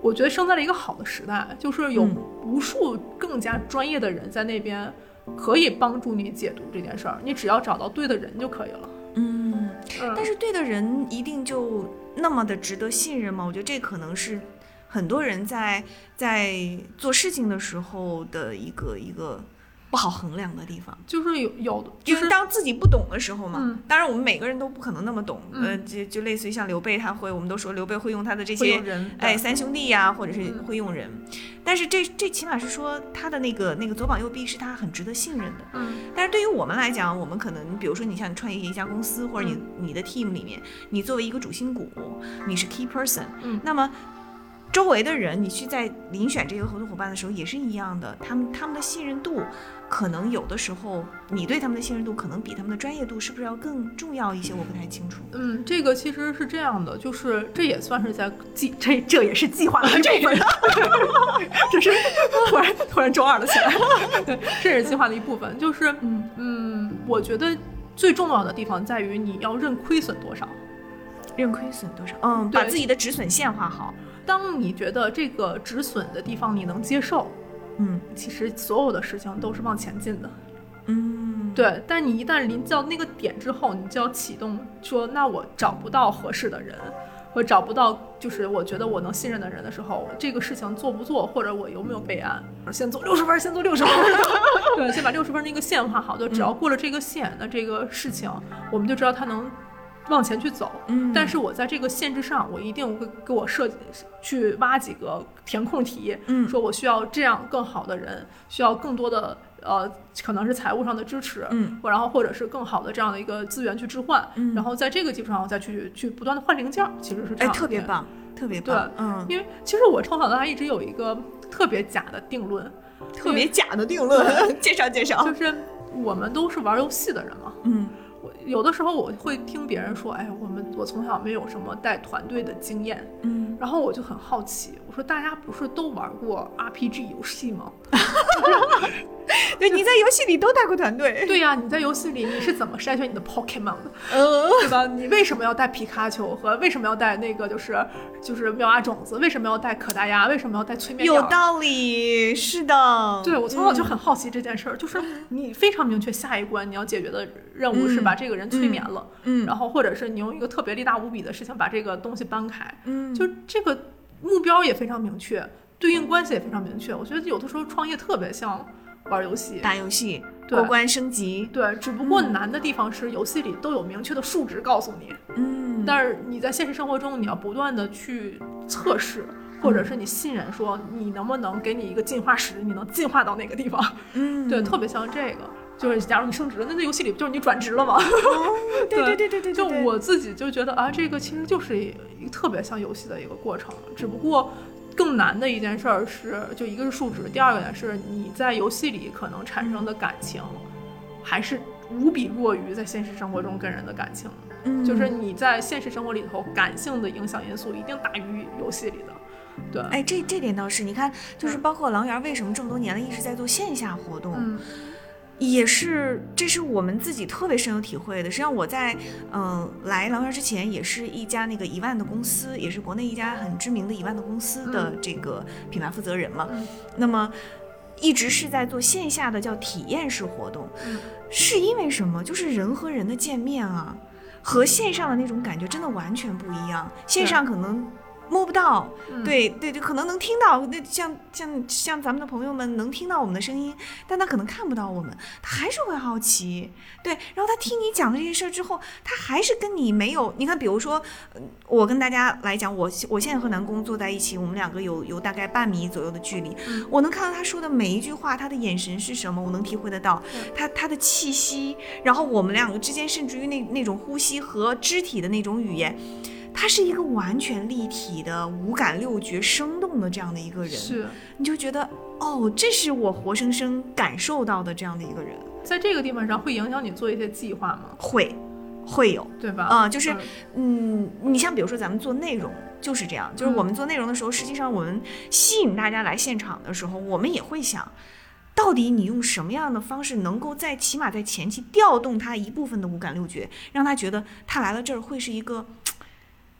我觉得生在了一个好的时代，就是有
嗯
无数更加专业的人在那边，可以帮助你解读这件事儿。你只要找到对的人就可以了。
嗯，
嗯
但，是对的人一定就那么的值得信任吗？我觉得这可能是很多人在在做事情的时候的一个一个不好衡量的地方。
就是有有，
就
就是是
当自己不懂的时候嘛，
嗯
当然我们每个人都不可能那么懂，
嗯
呃，就就类似于像刘备，他会，我们都说刘备会用他的这
会有
些，
人
哎，，三兄弟呀、或者是
嗯
会用人，但是这这起码是说他的那个那个左膀右臂是他很值得信任的，
嗯
但是对于我们来讲，我们可能比如说你像你创业一家公司，或者你
嗯
你的 team 里面，你作为一个主心骨，你是 key person，
嗯
那么周围的人，你去在遴选这个合作伙伴的时候也是一样的，他们他们的信任度，可能有的时候你对他们的信任度可能比他们的专业度是不是要更重要一些？我不太清楚。
嗯，这个其实是这样的，就是这也算是在计，这嗯这也是计划的这
(laughs)
部分，这是突然突然周二了起来，对，这也是计划的一部分。就是
嗯
嗯，我觉得最重要的地方在于你要认亏损多少。
(laughs) 认亏损多少？嗯，
对
把自己的止损线画好。
当你觉得这个止损的地方你能接受，
嗯
其实所有的事情都是往前进的。
嗯，
对，但你一旦临到那个点之后，你就要启动说，那我找不到合适的人，我找不到就是我觉得我能信任的人的时候，这个事情做不做，或者我有没有备案，先做六十分，先做六十分，对，先把六十分那个线画好，就只要过了这个线，那这个事情我们就知道它能往前去走。
嗯，
但是我在这个限制上，我一定会给我设计去挖几个填空题，
嗯
说我需要这样更好的人，需要更多的呃，可能是财务上的支持，
嗯，
或然后或者是更好的这样的一个资源去置换，
嗯
然后在这个基础上我再去去不断的换零件儿，其实是这
哎，
样，
特别。棒，特别棒。嗯，
因为其实我从小到大一直有一个特别假的定论，
特别假的定论，介绍介绍
就。是我们都是玩游戏的人嘛，
嗯
我有的时候我会听别人说，哎，我们我从小没有什么带团队的经验，
嗯，
然后我就很好奇，我说大家不是都玩过 RPG 游戏
(laughs)
吗？
对，你在游戏里都带过团队。
对呀、你在游戏里你是怎么筛选你的 Pokemon 的，
嗯
对
(laughs)
吧？你为什么要带皮卡丘和为什么要带那个就是就是妙蛙种子？为什么要带可达鸭？为什么要带催眠
有
药？
道理，是的。
对，我从小就很好奇这件事儿，就是你非常明确下一关你要解决的任务是
嗯
把这个人催眠了，
嗯
然后或者是你用一个特别力大无比的事情把这个东西搬开，
嗯，
就这个目标也非常明确，对应关系也非常明确。我觉得有的时候创业特别像玩游戏，
打游戏
对
过关嗯升级。
对，只不过难的地方是游戏里都有明确的数值告诉你，
嗯
但是你在现实生活中你要不断的去测试。或
嗯
者是你信任说你能不能给你一个进化石，你能进化到哪个地方？
嗯，
对，特别像这个，就是假如你升职了，那在游戏里不就是你转职了吗？
对对对对对，
就
对
我自己就觉得啊，这个其实就是一个特别像游戏的一个过程，只不过更难的一件事儿是，就一个是数值，第二个点是你在游戏里可能产生的感情，还是无比弱于在现实生活中跟人的感情。
嗯
就是你在现实生活里头，感性的影响因素一定大于游戏里的。对，
哎，这这点倒是，你看，就是包括狼园为什么这么多年了一直在做线下活动，
嗯
也是，这是我们自己特别深有体会的。实际上，我在嗯、呃来狼园之前，也是一家那个一万的公司，也是国内一家很知名的一万的公司的这个品牌负责人嘛。
嗯
那么，一直是在做线下的叫体验式活动，
嗯
是因为什么？就是人和人的见面啊，和线上的那种感觉真的完全不一样。线上可能摸不到，
嗯
对对，就可能能听到，那像像像咱们的朋友们能听到我们的声音，但他可能看不到我们，他还是会好奇，对。然后他听你讲的这些事儿之后，他还是跟你没有，你看，比如说，呃我跟大家来讲，我我现在和南宫坐在一起，我们两个有有大概半米左右的距离，
嗯
我能看到他说的每一句话，他的眼神是什么，我能体会得到
对，
他他的气息，然后我们两个之间甚至于那那种呼吸和肢体的那种语言。他是一个完全立体的五感六觉生动的这样的一个人，
是
你就觉得哦，这是我活生生感受到的这样的一个人，
在这个地方上会影响你做一些计划吗？
会会有，
对吧？
啊就是嗯，你像比如说咱们做内容就是这样，就是我们做内容的时候，实际上我们吸引大家来现场的时候，我们也会想，到底你用什么样的方式能够在起码在前期调动他一部分的五感六觉，让他觉得他来了这儿会是一个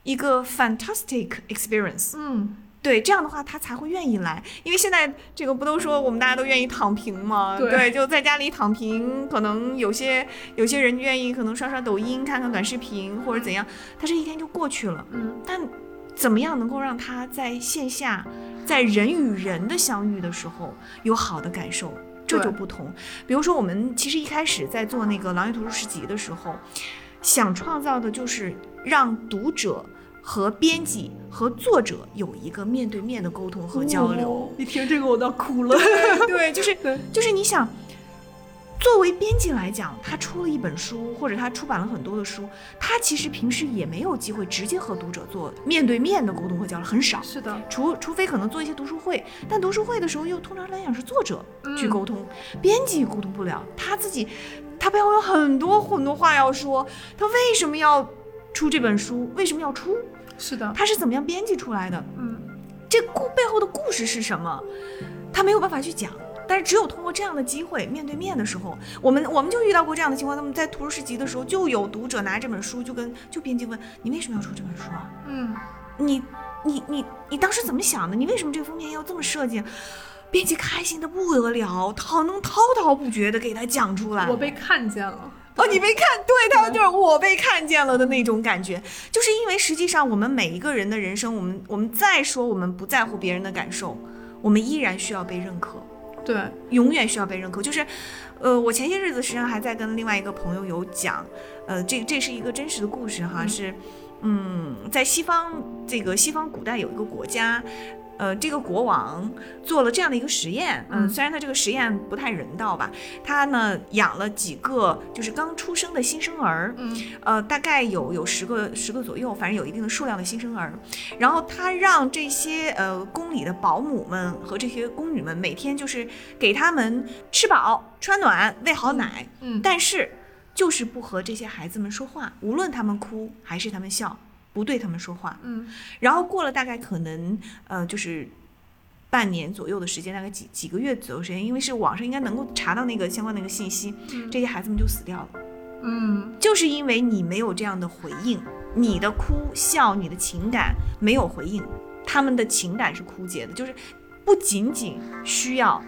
一个 fantastic experience。
嗯，
对，这样的话他才会愿意来，因为现在这个不都说我们大家都愿意躺平吗？
对
就在家里躺平，可能有些有些人愿意可能刷刷抖音、看看短视频或者怎样，他这一天就过去了。
嗯，
但怎么样能够让他在线下，在人与人的相遇的时候有好的感受？这
对
就不同。比如说，我们其实一开始在做那个《狼与图书市集》的时候，想创造的就是让读者和编辑和作者有一个面对面的沟通和交流。 (laughs)
哦一听这个我倒哭了。
对，就是
对
就是你想，作为编辑来讲，他出了一本书，或者他出版了很多的书，他其实平时也没有机会直接和读者做面对面的沟通和交流，很少。
是的，
除除非可能做一些读书会，但读书会的时候又通常来讲是作者去
嗯
沟通，编辑沟通不了，他自己他背后有很多很多话要说，他为什么要出这本书？为什么要出？
是的，
他是怎么样编辑出来的？
嗯，
这故背后的故事是什么，他没有办法去讲。但是只有通过这样的机会，面对面的时候，我们我们就遇到过这样的情况。那么在图书市集的时候，就有读者拿这本书，就跟就编辑问你为什么要出这本书啊？
嗯，
你你你你当时怎么想的？你为什么这个封面要这么设计？编辑开心的不得了，他能滔滔不绝的给他讲出来。
我被看见了。
哦，你被看，对他就是我被看见了的那种感觉，就是因为实际上我们每一个人的人生，我们我们再说我们不在乎别人的感受，我们依然需要被认可。
对，
永远需要被认可。就是，呃，我前些日子实际上还在跟另外一个朋友有讲，呃，这这是一个真实的故事哈，
嗯
是，嗯，在西方这个西方古代有一个国家。呃，这个国王做了这样的一个实验，嗯，
嗯
虽然他这个实验不太人道吧，他呢养了几个就是刚出生的新生儿，
嗯，
呃，大概有有十个十个左右，反正有一定的数量的新生儿。然后他让这些呃宫里的保姆们和这些宫女们每天就是给他们吃饱穿暖喂好奶，
嗯，
但是就是不和这些孩子们说话，无论他们哭还是他们笑，不对他们说话。
嗯，
然后过了大概可能呃就是。半年左右的时间，大概几几个月左右时间，因为是网上应该能够查到那个相关的一个信息，
嗯
这些孩子们就死掉了。
嗯，
就是因为你没有这样的回应，你的哭笑，你的情感没有回应，他们的情感是枯竭的，就是不仅仅需要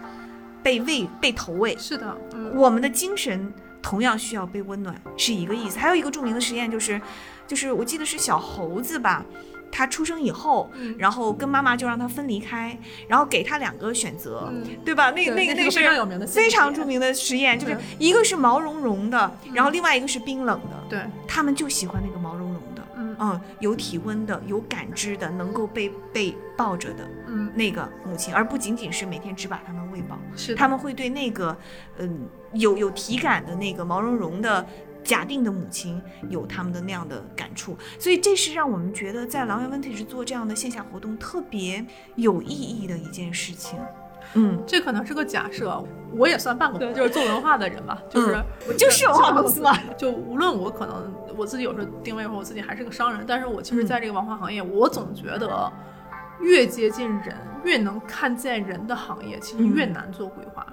被喂被投喂，
是的，嗯，
我们的精神同样需要被温暖，是一个意思。还有一个著名的实验就是，就是我记得是小猴子吧，它出生以后，
嗯
然后跟妈妈就让它分离开，然后给它两个选择，
嗯
对吧？那
对
那个那个
是非常有名的，
非常著。名的实验，就是
对
一个是毛茸茸的，
嗯
然后另外一个是冰冷的，
对，
他们就喜欢那个毛茸茸的，
嗯
嗯，有体温的，有感知的，能够被被抱着的
嗯，
那个母亲，而不仅仅是每天只把他们喂饱，
是的
他们会对那个嗯有有体感的那个毛茸茸的。假定的母亲有他们的那样的感触，所以这是让我们觉得在狼源 Vintage 做这样的线下活动特别有意义的一件事情。嗯，
这可能是个假设，我也算半个就是做文化的人吧，就是、
嗯
我
就是文化公司嘛。
就无论我可能我自己有时候定位说我自己还是个商人，但是我其
嗯
实在这个文化行业，我总觉得越接近人，越能看见人的行业，其实越难做规划。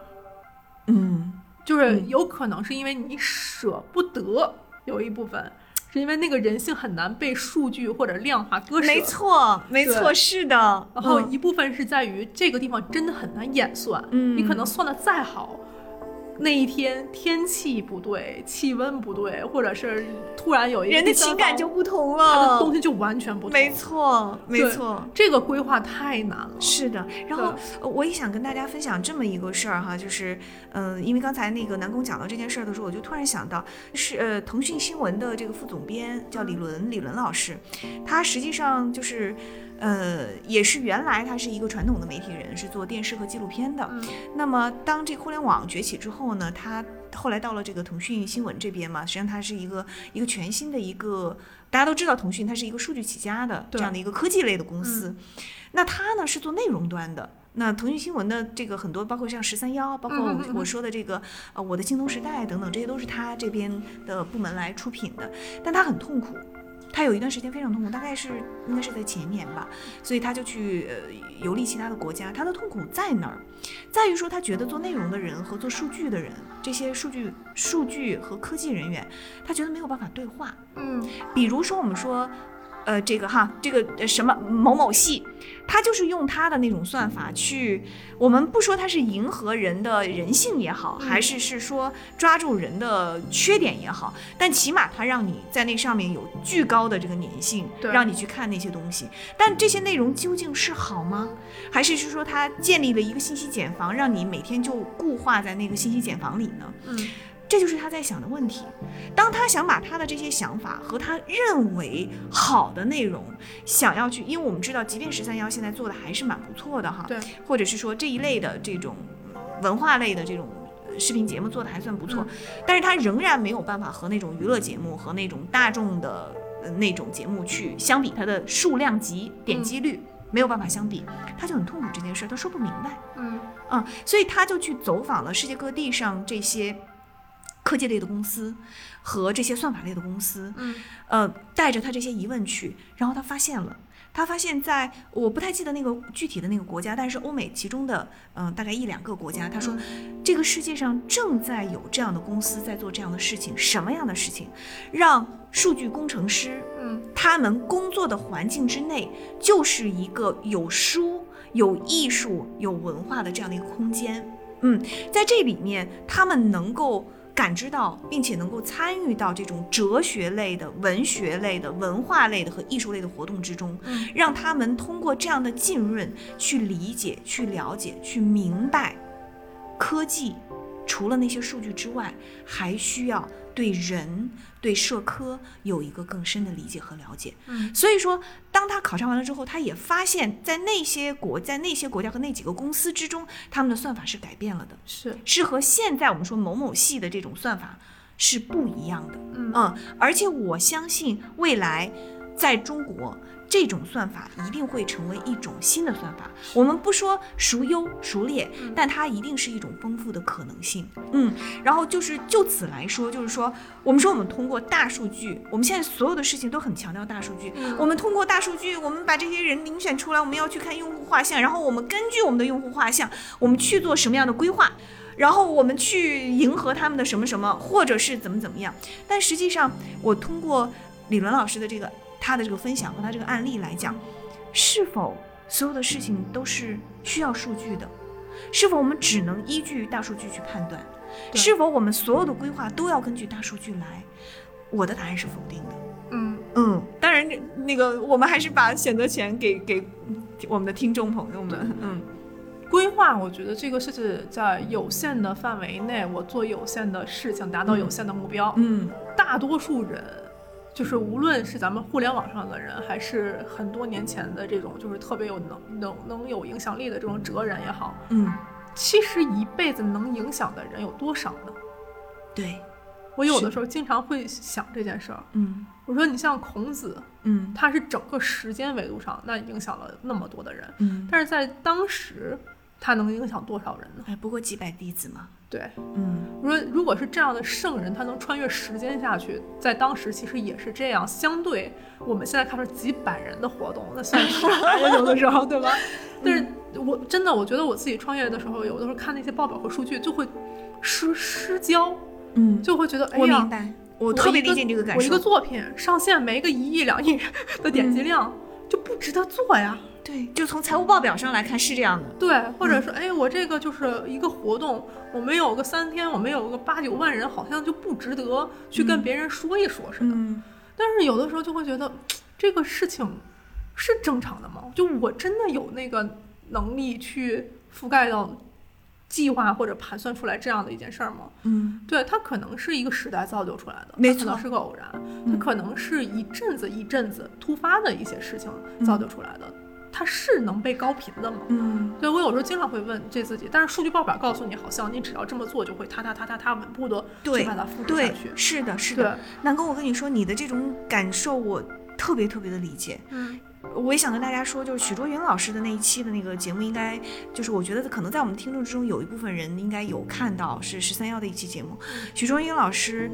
嗯，
就是
嗯
有可能是因为你舍不得，有一部分是因为那个人性很难被数据或者量化割舍。
没错，没错，
对
是的。
然后
嗯
一部分是在于这个地方真的很难演算，
嗯
你可能算的再好，那一天天气不对、气温不对，或者是突然有一个
人的
第三
情感
方
就不同
它的
了
东。西就完全不同。
没错，没
对
错。
这个规划太难了。
是的，然后呃我也想跟大家分享这么一个事儿哈，就是，嗯、因为刚才那个南宫讲到这件事儿的时候，我就突然想到，是呃，腾讯新闻的这个副总编叫李伦，李伦老师，他实际上就是，呃，也是原来他是一个传统的媒体人，是做电视和纪录片的。
嗯
那么当这个互联网崛起之后呢，他后来到了这个腾讯新闻这边嘛，实际上它是一个一个全新的一个，大家都知道腾讯它是一个数据起家的这
对嗯
样的一个科技类的公司，那它呢是做内容端的。那腾讯新闻的这个很多，包括像十三幺，包括我
嗯嗯嗯
我说的这个呃我的青铜时代等等，这些都是它这边的部门来出品的，但它很痛苦。他有一段时间非常痛苦，大概是应该是在前年吧，所以他就去呃游历其他的国家。他的痛苦在哪儿？在于说他觉得做内容的人和做数据的人，这些数据数据和科技人员，他觉得没有办法对话。
嗯，
比如说我们说，呃，这个哈，这个呃什么某某系，它就是用它的那种算法去，我们不说它是迎合人的人性也好，还是是说抓住人的缺点也好，但起码它让你在那上面有巨高的这个粘性，
对
让你去看那些东西。但这些内容究竟是好吗？还是是说它建立了一个信息茧房，让你每天就固化在那个信息茧房里呢？
嗯，
这就是他在想的问题。当他想把他的这些想法和他认为好的内容，想要去，因为我们知道，即便十三幺现在做的还是蛮不错的哈，
对，
或者是说这一类的这种嗯文化类的这种。呃视频节目做的还算不错，但是他仍然没有办法和那种娱乐节目和那种大众的呃那种节目去相比，它的数量级、点击率、没有办法相比，他就很痛苦这件事儿，他说不明白。
嗯，
嗯，所以他就去走访了世界各地上这些科技类的公司和这些算法类的公司，
嗯，
呃，带着他这些疑问去，然后他发现了。他发现在，我不太记得那个具体的那个国家，但是欧美其中的嗯、呃大概一两个国家，他说这个世界上正在有这样的公司在做这样的事情，什么样的事情，让数据工程师
嗯
他们工作的环境之内就是一个有书、有艺术、有文化的这样的一个空间。嗯，在这里面，他们能够感知到，并且能够参与到这种哲学类的、文学类的、文化类的和艺术类的活动之中，
嗯
让他们通过这样的浸润去理解、去了解、去明白科技。除了那些数据之外，还需要对人、对社科有一个更深的理解和了解。
嗯，
所以说，当他考察完了之后，他也发现，在那些国、在那些国家和那几个公司之中，他们的算法是改变了的，
是，
是和现在我们说某某系的这种算法是不一样的。
嗯
嗯，而且我相信未来在中国。这种算法一定会成为一种新的算法。我们不说孰优孰劣，
嗯
但它一定是一种丰富的可能性。嗯，然后就是就此来说，就是说，我们说我们通过大数据，我们现在所有的事情都很强调大数据。
嗯
我们通过大数据，我们把这些人遴选出来，我们要去看用户画像，然后我们根据我们的用户画像，我们去做什么样的规划。然后我们去迎合他们的什么什么，或者是怎么怎么样。但实际上，我通过李伦老师的这个他的这个分享和他这个案例来讲，是否所有的事情都是需要数据的？是否我们只能依据大数据去判断？
对
是否我们所有的规划都要根据大数据来？我的答案是否定的。
嗯，
嗯，当然，那个我们还是把选择权给给我们的听众朋友们。嗯，
规划，我觉得这个是指在有限的范围内，我做有限的事情，达到有限的目标。
嗯，
大多数人，就是无论是咱们互联网上的人，还是很多年前的这种，就是特别有能能能有影响力的这种哲人也好，
嗯，
其实一辈子能影响的人有多少呢？
对，
我有的时候经常会想这件事儿。
嗯
我说，你像孔子，
嗯
他是整个时间维度上，那影响了那么多的人，
嗯。
但是在当时，他能影响多少人呢？
哎，不过几百弟子嘛。
对，
嗯 (laughs)
我说，如果是这样的圣人，他能穿越时间下去，在当时其实也是这样。相对我们现在看出几百人的活动，那算
(laughs)
是啥呀？有的时候，对吧？但是我真的，我觉得我自己创业的时候，有的时候看那些报表和数据，就会失失焦，
嗯，
就会觉得，哎
我
呀
明，白，我特别
一
理解你这个感
我一
受嗯
个。作品上线没个一亿两亿的点击量，就不值得做呀。
对，就从财务报表上来看是这样的。
对，或者说，哎，我这个就是一个活动，我没有个三天，我没有个八九万人，好像就不值得去跟别人说一说似的。
嗯，
但是有的时候就会觉得，这个事情是正常的吗？就我真的有那个能力去覆盖到计划或者盘算出来这样的一件事儿吗？
嗯，
对，它可能是一个时代造就出来的，
没
它可能
错嗯
是个偶然，它可能是一阵子一阵子突发的一些事情造就出来的，它是能被高频的吗？
嗯，
对我有时候经常会问这自己，但是数据报表告诉你，好像你只要这么做就会踏踏踏踏踏稳步的去
对
把它复制下
对
去，。
是的，是
对
的。，南宫，我跟你说，你的这种感受我特别特别的理解。
嗯
我也想跟大家说，就是许卓云老师的那一期的那个节目，应该就是我觉得可能在我们听众之中有一部分人应该有看到是十三幺的一期节目。许卓云老师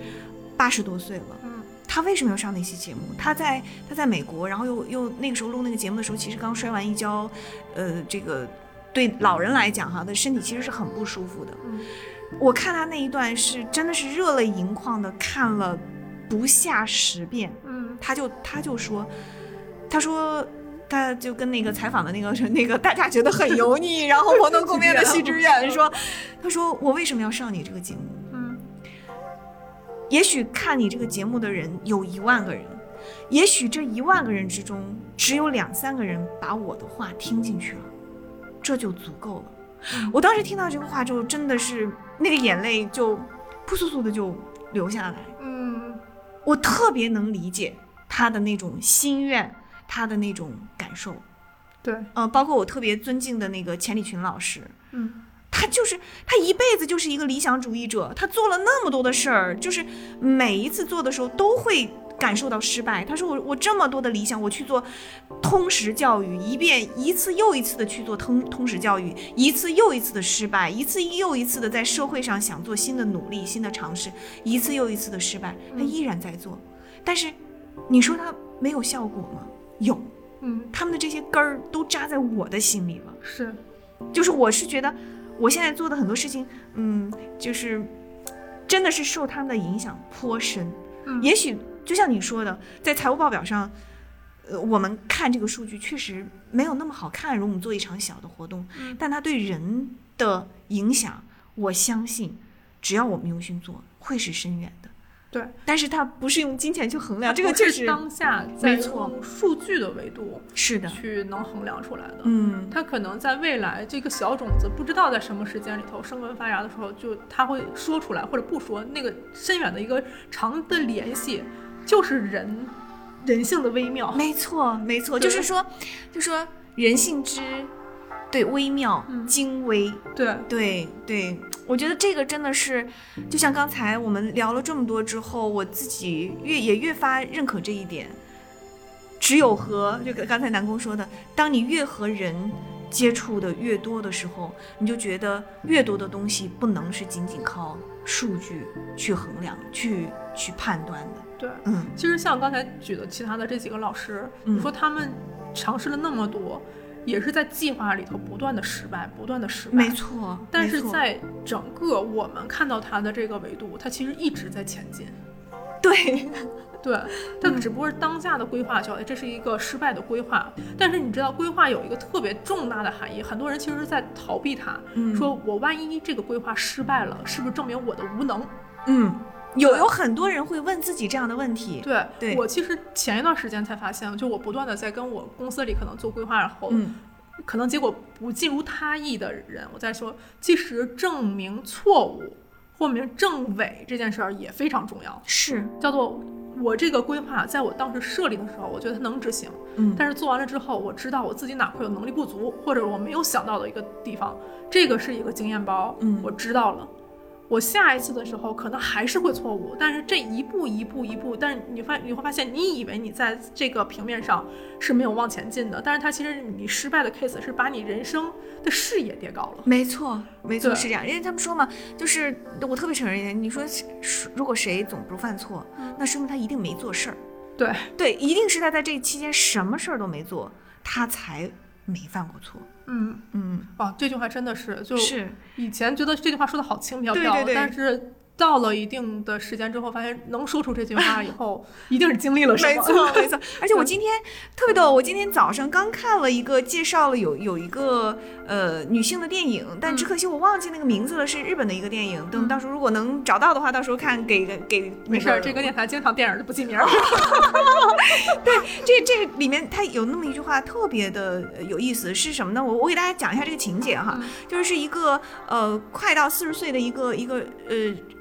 八十多岁了。
嗯
他为什么要上那期节目？他在他在美国，然后又又那个时候录那个节目的时候，其实刚摔完一跤，呃，这个对老人来讲哈，的身体其实是很不舒服的。
嗯
我看他那一段是真的是热泪盈眶的，看了不下十遍。
嗯
他就他就说，他说。他就跟那个采访的那个那个大家觉得很油腻，然后活动共面的徐志远说，他说我为什么要上你这个节目？
嗯
也许看你这个节目的人有一万个人，也许这一万个人之中只有两三个人把我的话听进去了，这就足够了。我当时听到这个话之后，真的是那个眼泪就扑簌簌的就流下来。
嗯，
我特别能理解他的那种心愿，他的那种感受。
对，
呃，包括我特别尊敬的那个钱理群老师，
嗯
他就是他一辈子就是一个理想主义者，他做了那么多的事儿，就是每一次做的时候都会感受到失败。他说我我这么多的理想，我去做通识教育，一遍一次又一次的去做通通识教育，一次又一次的失败，一次又一次的在社会上想做新的努力、新的尝试，一次又一次的失败，他依然在做。但是你说他没有效果吗？有，
嗯
他们的这些根儿都扎在我的心里了。
是，
就是我是觉得我现在做的很多事情，嗯，就是真的是受他们的影响颇深。
嗯
也许就像你说的，在财务报表上，呃，我们看这个数据确实没有那么好看。如果我们做一场小的活动，
嗯
但它对人的影响，我相信只要我们用心做，会是深远的。
对，
但是它不是用金钱去衡量，这
我
个确
是
实嗯
当下在
没错
用数据的维度
是的，
去能衡量出来的。
嗯，
它可能在未来这个小种子不知道在什么时间里头生根发芽的时候，就它会说出来或者不说，那个深远的一个长的联系，就是人人性的微妙。
没错，没错，
哦对
就是说，就说人性之对微妙、
嗯
精微，
对，
对对，我觉得这个真的是，就像刚才我们聊了这么多之后，我自己越也越发认可这一点。只有和就刚才南宫说的，当你越和人接触的越多的时候，你就觉得越多的东西不能是仅仅靠数据去衡量、去去判断的。
对，
嗯，
其实像刚才举的其他的这几个老师，你
嗯
说他们尝试了那么多，也是在计划里头不断的失败，不断的失败。
没错。
但
没
是
错
在整个我们看到它的这个维度，它其实一直在前进。
对，
对，
嗯
但只不过是当下的规划就，哎，这是一个失败的规划。但是你知道，规划有一个特别重大的含义，很多人其实是在逃避它，
嗯
说我万一这个规划失败了，是不是证明我的无能？
嗯，有有很多人会问自己这样的问题。
对
对
我其实前一段时间才发现，就我不断的在跟我公司里可能做规划，然后
嗯，
可能结果不尽如他意的人，我在说，其实证明错误或明证伪这件事儿也非常重要，
是，
叫做。我这个规划，在我当时设立的时候，我觉得它能执行，
嗯，
但是做完了之后，我知道我自己哪块有能力不足，或者我没有想到的一个地方，这个是一个经验包，
嗯
我知道了。我下一次的时候可能还是会错误，但是这一步一步一步，但是你发你会发现，你以为你在这个平面上是没有往前进的，但是它其实你失败的 case 是把你人生的视野叠高了。
没错，没错，
对
是这样。因为他们说嘛，就是我特别承认一点，你说是如果谁总不犯错，
嗯
那说明他一定没做事儿。
对
对，一定是他在这期间什么事儿都没做，他才没犯过错。
嗯，
嗯，，
啊，这句话真的是就是以前觉得这句话说的好轻飘
对
飘，
对对
但是。到了一定的时间之后，发现能说出这句话以后，一定是经历了什么。嗯
没错，没错。而且我今天特别逗，我今天早上刚看了一个介绍了有有一个呃女性的电影，但
嗯
只可惜我忘记那个名字了，是日本的一个电影。等到时候如果能找到的话，到时候看给个给、那个。
(laughs) 没事儿，这个电台经常电影就不记名儿。
对，这这里面它有那么一句话特别的呃有意思，是什么呢？我我给大家讲一下这个情节哈，就是一个呃快到四十岁的一个一个呃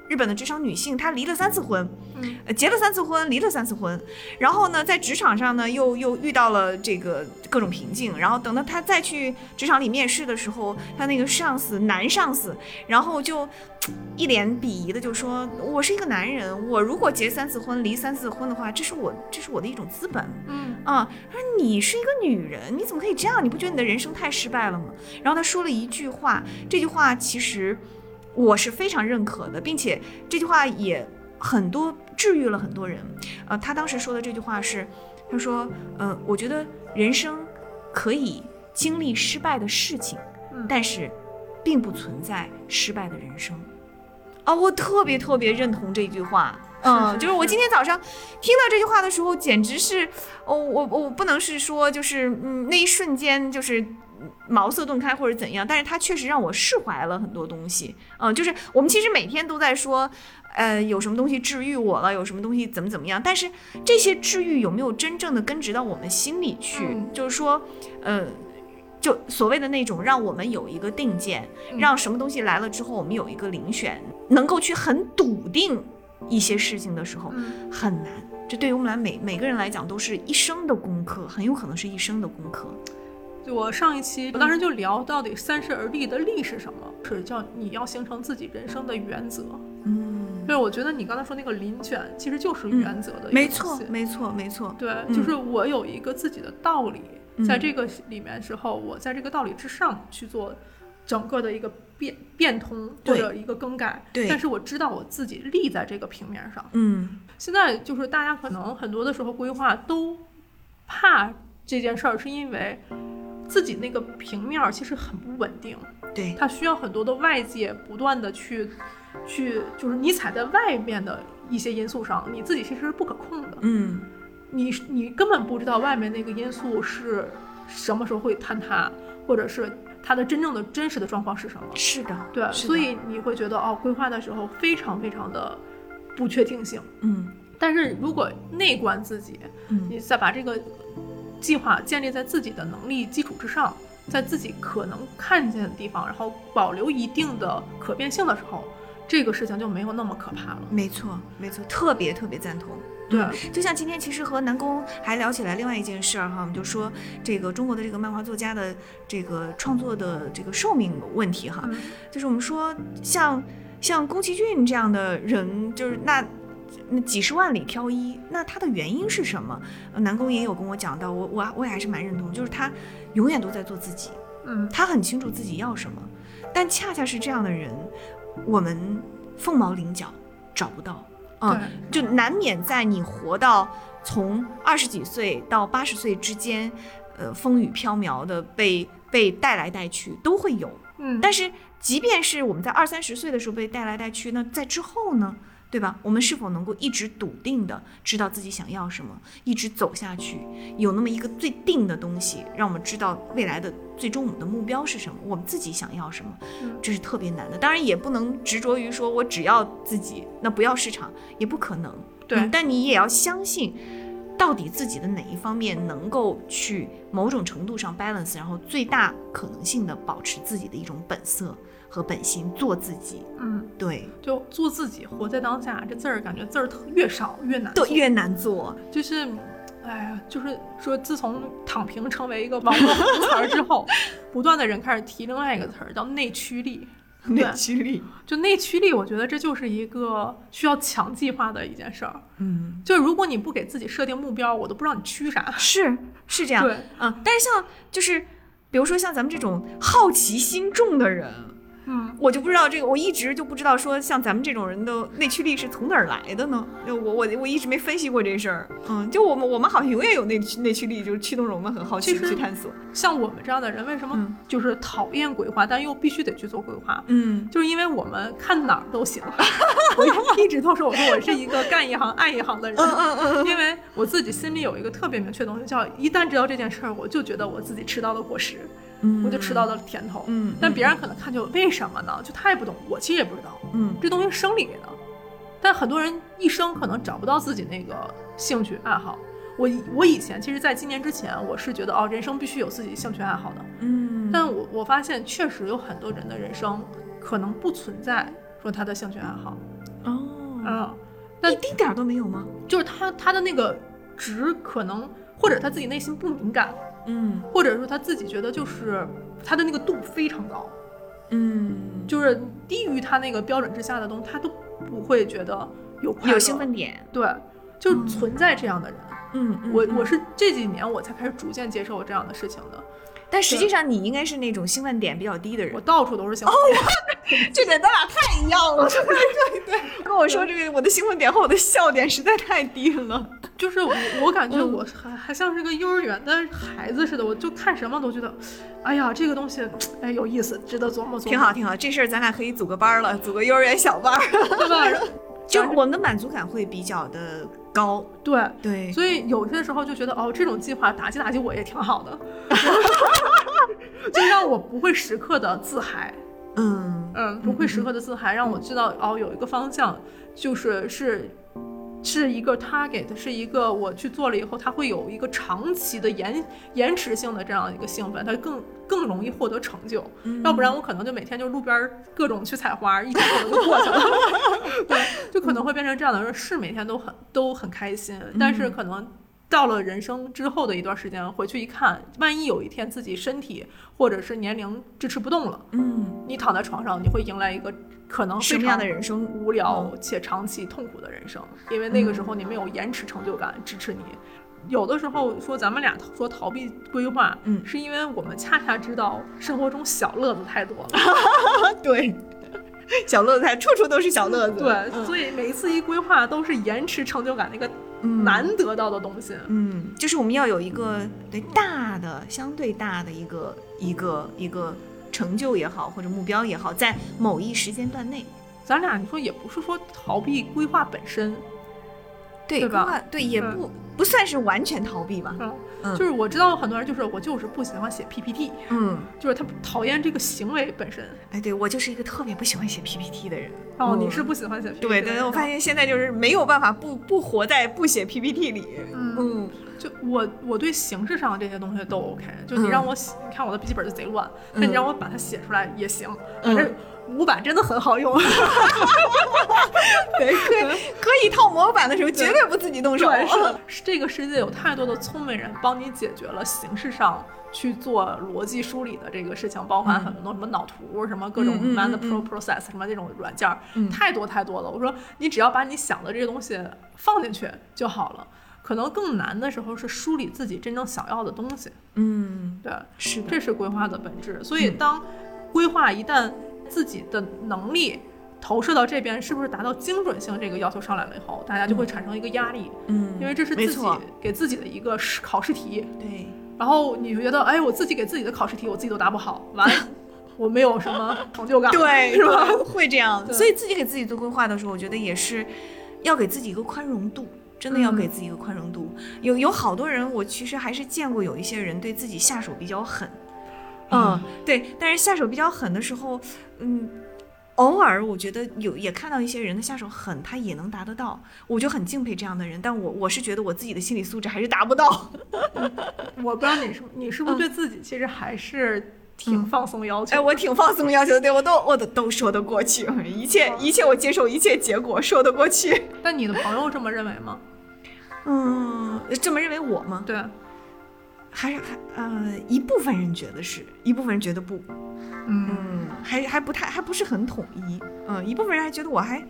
日本的职场女性，她离了三次婚，
嗯
呃结了三次婚，离了三次婚，然后呢在职场上呢又又遇到了这个各种瓶颈，然后等到她再去职场里面试的时候，她那个上司男上司，然后就。一脸鄙夷的就说：“我是一个男人，我如果结三次婚、离三次婚的话，这是我这是我的一种资本，
嗯，
啊，他说你是一个女人，你怎么可以这样？你不觉得你的人生太失败了吗？然后他说了一句话，这句话其实我是非常认可的，并且这句话也很多治愈了很多人。呃，他当时说的这句话是，他说，呃，我觉得人生可以经历失败的事情，
嗯
但是并不存在失败的人生。啊，我特别特别认同这句话。嗯，
是
就是我
是
今天早上听到这句话的时候，简直是，哦，我我不能是说就是嗯那一瞬间就是茅塞顿开或者怎样，但是它确实让我释怀了很多东西。嗯，就是我们其实每天都在说，呃，有什么东西治愈我了，有什么东西怎么怎么样，但是这些治愈有没有真正的根植到我们心里去？
嗯
就是说，呃。就所谓的那种，让我们有一个定见，
嗯
让什么东西来了之后，我们有一个遴选，能够去很笃定一些事情的时候，
嗯
很难。这对于我们来每每个人来讲，都是一生的功课，很有可能是一生的功课。
就我上一期，我当时就聊到底三十而立的立是什么，是叫你要形成自己人生的原则。
嗯，
就是我觉得你刚才说那个遴选，其实就是原则的、
没错，。没错，没错。
对，
嗯
就是我有一个自己的道理，
嗯
在这个里面之后，我在这个道理之上去做整个的一个变变通或
对
者一个更改。
对
但是我知道我自己立在这个平面上。
嗯，
现在就是大家可能很多的时候规划都怕这件事儿，是因为自己那个平面儿其实很不稳定，
对，
它需要很多的外界不断的去去，就是你踩在外面的一些因素上，你自己其实是不可控的，
嗯，
你你根本不知道外面那个因素是什么时候会坍塌，或者是它的真正的真实的状况是什么。
是的，
对，啊
是的
所，以你会觉得哦，规划的时候非常非常的不确定性。
嗯
但是如果内观自己，
嗯，
你再把这个计划建立在自己的能力基础之上，在自己可能看见的地方，然后保留一定的可变性的时候，这个事情就没有那么可怕了。
没错，没错，特别特别赞同。
对，
就像今天其实和南宫还聊起来另外一件事儿哈，我们就说这个中国的这个漫画作家的这个创作的这个寿命问题哈，
嗯
就是我们说像像宫崎骏这样的人，就是那。那几十万里挑一，那他的原因是什么？呃南宫也有跟我讲到，我我我也还是蛮认同，就是他永远都在做自己，
嗯，
他很清楚自己要什么，但恰恰是这样的人，我们凤毛麟角找不到。嗯，
对，
就难免在你活到从二十几岁到八十岁之间，呃，风雨飘摇的被被带来带去都会有。
嗯，
但是，即便是我们在二三十岁的时候被带来带去，那在之后呢，对吧？我们是否能够一直笃定的知道自己想要什么，一直走下去，有那么一个最定的东西，让我们知道未来的最终我们的目标是什么，我们自己想要什么
嗯，
这是特别难的。当然，也不能执着于说我只要自己，那不要市场，也不可能。
对
嗯但你也要相信。到底自己的哪一方面能够去某种程度上 balance，然后最大可能性的保持自己的一种本色和本心，做自己。
嗯，
对，
就做自己，活在当下。这字儿感觉字儿特越少越难，
对，越难做，
就是。哎呀，就是说，自从“躺平”成为一个网络红词儿之后， (laughs) 不断的人开始提另外一个词儿，叫内驱力。 (laughs) 对
驱力。
就内驱力，我觉得这就是一个需要强计划的一件事儿。
嗯，
就如果你不给自己设定目标，我都不知道你驱啥。
是是这样。
对，
嗯，但是像就是比如说像咱们这种好奇心重的人，
嗯，
我就不知道这个，我一直就不知道说像咱们这种人的内驱力是从哪儿来的呢？就我我我一直没分析过这事儿。嗯，就我们我们好像永远有内驱内驱力，就是驱动着我们很好奇
其实
去探索。
像我们这样的人，为什么
嗯
就是讨厌规划，但又必须得去做规划？
嗯，
就是因为我们看哪儿都行， (laughs) 我一直都说我说我是一个干一行爱一行的人，
嗯嗯
因为我自己心里有一个特别明确的东西，叫一旦知道这件事儿，我就觉得我自己吃到了果实，
嗯
我就吃到了甜头。
嗯，
但别人可能看就为什么呢？就他也不懂，我其实也不知道
嗯
这东西生理的。但很多人一生可能找不到自己那个兴趣爱好。我以我以前其实，在今年之前，我是觉得哦，人生必须有自己兴趣爱好的。
嗯，
但我我发现，确实有很多人的人生可能不存在说他的兴趣爱好，
哦，
嗯，
一丁点儿都没有吗？
就是他他的那个值可能，或者他自己内心不敏感，
嗯
或者说他自己觉得就是他的那个度非常高，
嗯，
就是低于他那个标准之下的东西，他都不会觉得有快乐
有兴，奋点。
对，就存在这样的人。
嗯，嗯
嗯我
嗯
我是这几年我才开始逐渐接受这样的事情的，
但实际上你应该是那种兴奋点比较低的
我
人。
到处都是兴
哦
奋。
这点咱俩太一样了， (laughs) 对对对。跟我说这个，我的兴奋点和我的笑点实在太低了。
(laughs) 就是我，我感
嗯
觉我还还像是个幼儿园的孩子似的，我就看什么都觉得，哎呀，这个东西，哎，有意思，值得琢磨琢磨，
挺好，挺好，这事儿咱俩可以组个班儿了，组个幼儿园小班儿，
对吧？ (laughs)
就是我们的满足感会比较的高。
对，
对，
所以有些时候就觉得，哦，这种计划打击打击我也挺好的，就让我不会时刻的自嗨，
嗯
嗯，不会时刻的自嗨，让我知道，哦，有一个方向，就是是。是一个 target，是一个我去做了以后，它会有一个长期的延延迟性的这样一个兴奋，它更更容易获得成就。
嗯
要不然我可能就每天就路边儿各种去采花，一天可能就过去了。 (laughs) 对，就可能会变成这样的人，是每天都很都很开心，
嗯
但是可能到了人生之后的一段时间，回去一看，万一有一天自己身体或者是年龄支持不动了，
嗯，
你躺在床上，你会迎来一个可能
什
非
么样
常
的人生？
无聊
嗯
且长期痛苦的人生，因为那个时候你没有延迟成就感
嗯
支持你。有的时候说咱们俩说逃避规划，
嗯
是因为我们恰恰知道生活中小乐子太多了，
(laughs) 对， (laughs) 小乐子还处处都是小乐子。
对，所以每一次一规划都是延迟成就感的一个
嗯
难得到的东西。
嗯，就是我们要有一个对大的、相对大的一个一个一个成就也好，或者目标也好，在某一时间段内，
咱俩你说也不是说逃避规划本身，
嗯对
对吧
规划对，也
嗯
不、不算是完全逃避吧。
嗯，
嗯
就是我知道很多人就是我就是不喜欢写 PPT，
嗯，
就是他讨厌这个行为本身。
哎，对我就是一个特别不喜欢写 PPT 的人。
哦，你
嗯
是不喜欢写 PPT？
对
的
对，
人
我
是吧
发现现在就是没有办法不不活在不写 PPT 里。嗯
就我我对形式上这些东西都 OK，就你
嗯
让我写，你看我的笔记本就贼乱，
嗯
但你让我把它写出来也行，
嗯
反正五版真的很好用，
对， (laughs) 可以可以套模板的时候绝对不自
(laughs)
己动手。
对，是的，是这个世界有太多的聪明人帮你解决了形式上去做逻辑梳理的这个事情，包含很多什么脑图，什么各种
嗯嗯嗯
m a n
嗯
Pro Process 什么这种软件儿
嗯，
太多太多了。我说你只要把你想的这些东西放进去就好了。可能更难的时候是梳理自己真正想要的东西，
嗯，
对，
是的，
这是规划的本质。所以，当规划一旦自己的能力投射到这边，是不是达到精准性这个要求上来了以后，大家就会产生一个压力，
嗯，
因为这是
没
自己
错，
给自己的一个试考试题。
对，
然后你觉得，哎，我自己给自己的考试题，我自己都答不好， (laughs) 完了，我没有什么成就感，
对，
是吧？？
会这样，
对
所以自己给自己做规划的时候，我觉得也是要给自己一个宽容度，真的要
嗯
给自己一个宽容度。有有好多人，我其实还是见过有一些人对自己下手比较狠，嗯，对，但是下手比较狠的时候，嗯。偶尔我觉得有也看到一些人的下手狠，他也能达得到，我就很敬佩这样的人。但我我是觉得我自己的心理素质还是达不到。 (laughs)
我不知道你是你是不是对自己其实还是挺放松要求
哎，
的。
我挺放松要求的，对我都我都都说得过去，一切一切我接受一切结果说得过去。
但你的朋友这么认为吗？
嗯，这么认为我吗？
对，
还是还呃，一部分人觉得是，一部分人觉得不，
嗯
嗯，还还不太，还不是很统一，嗯，一部分人还觉得我还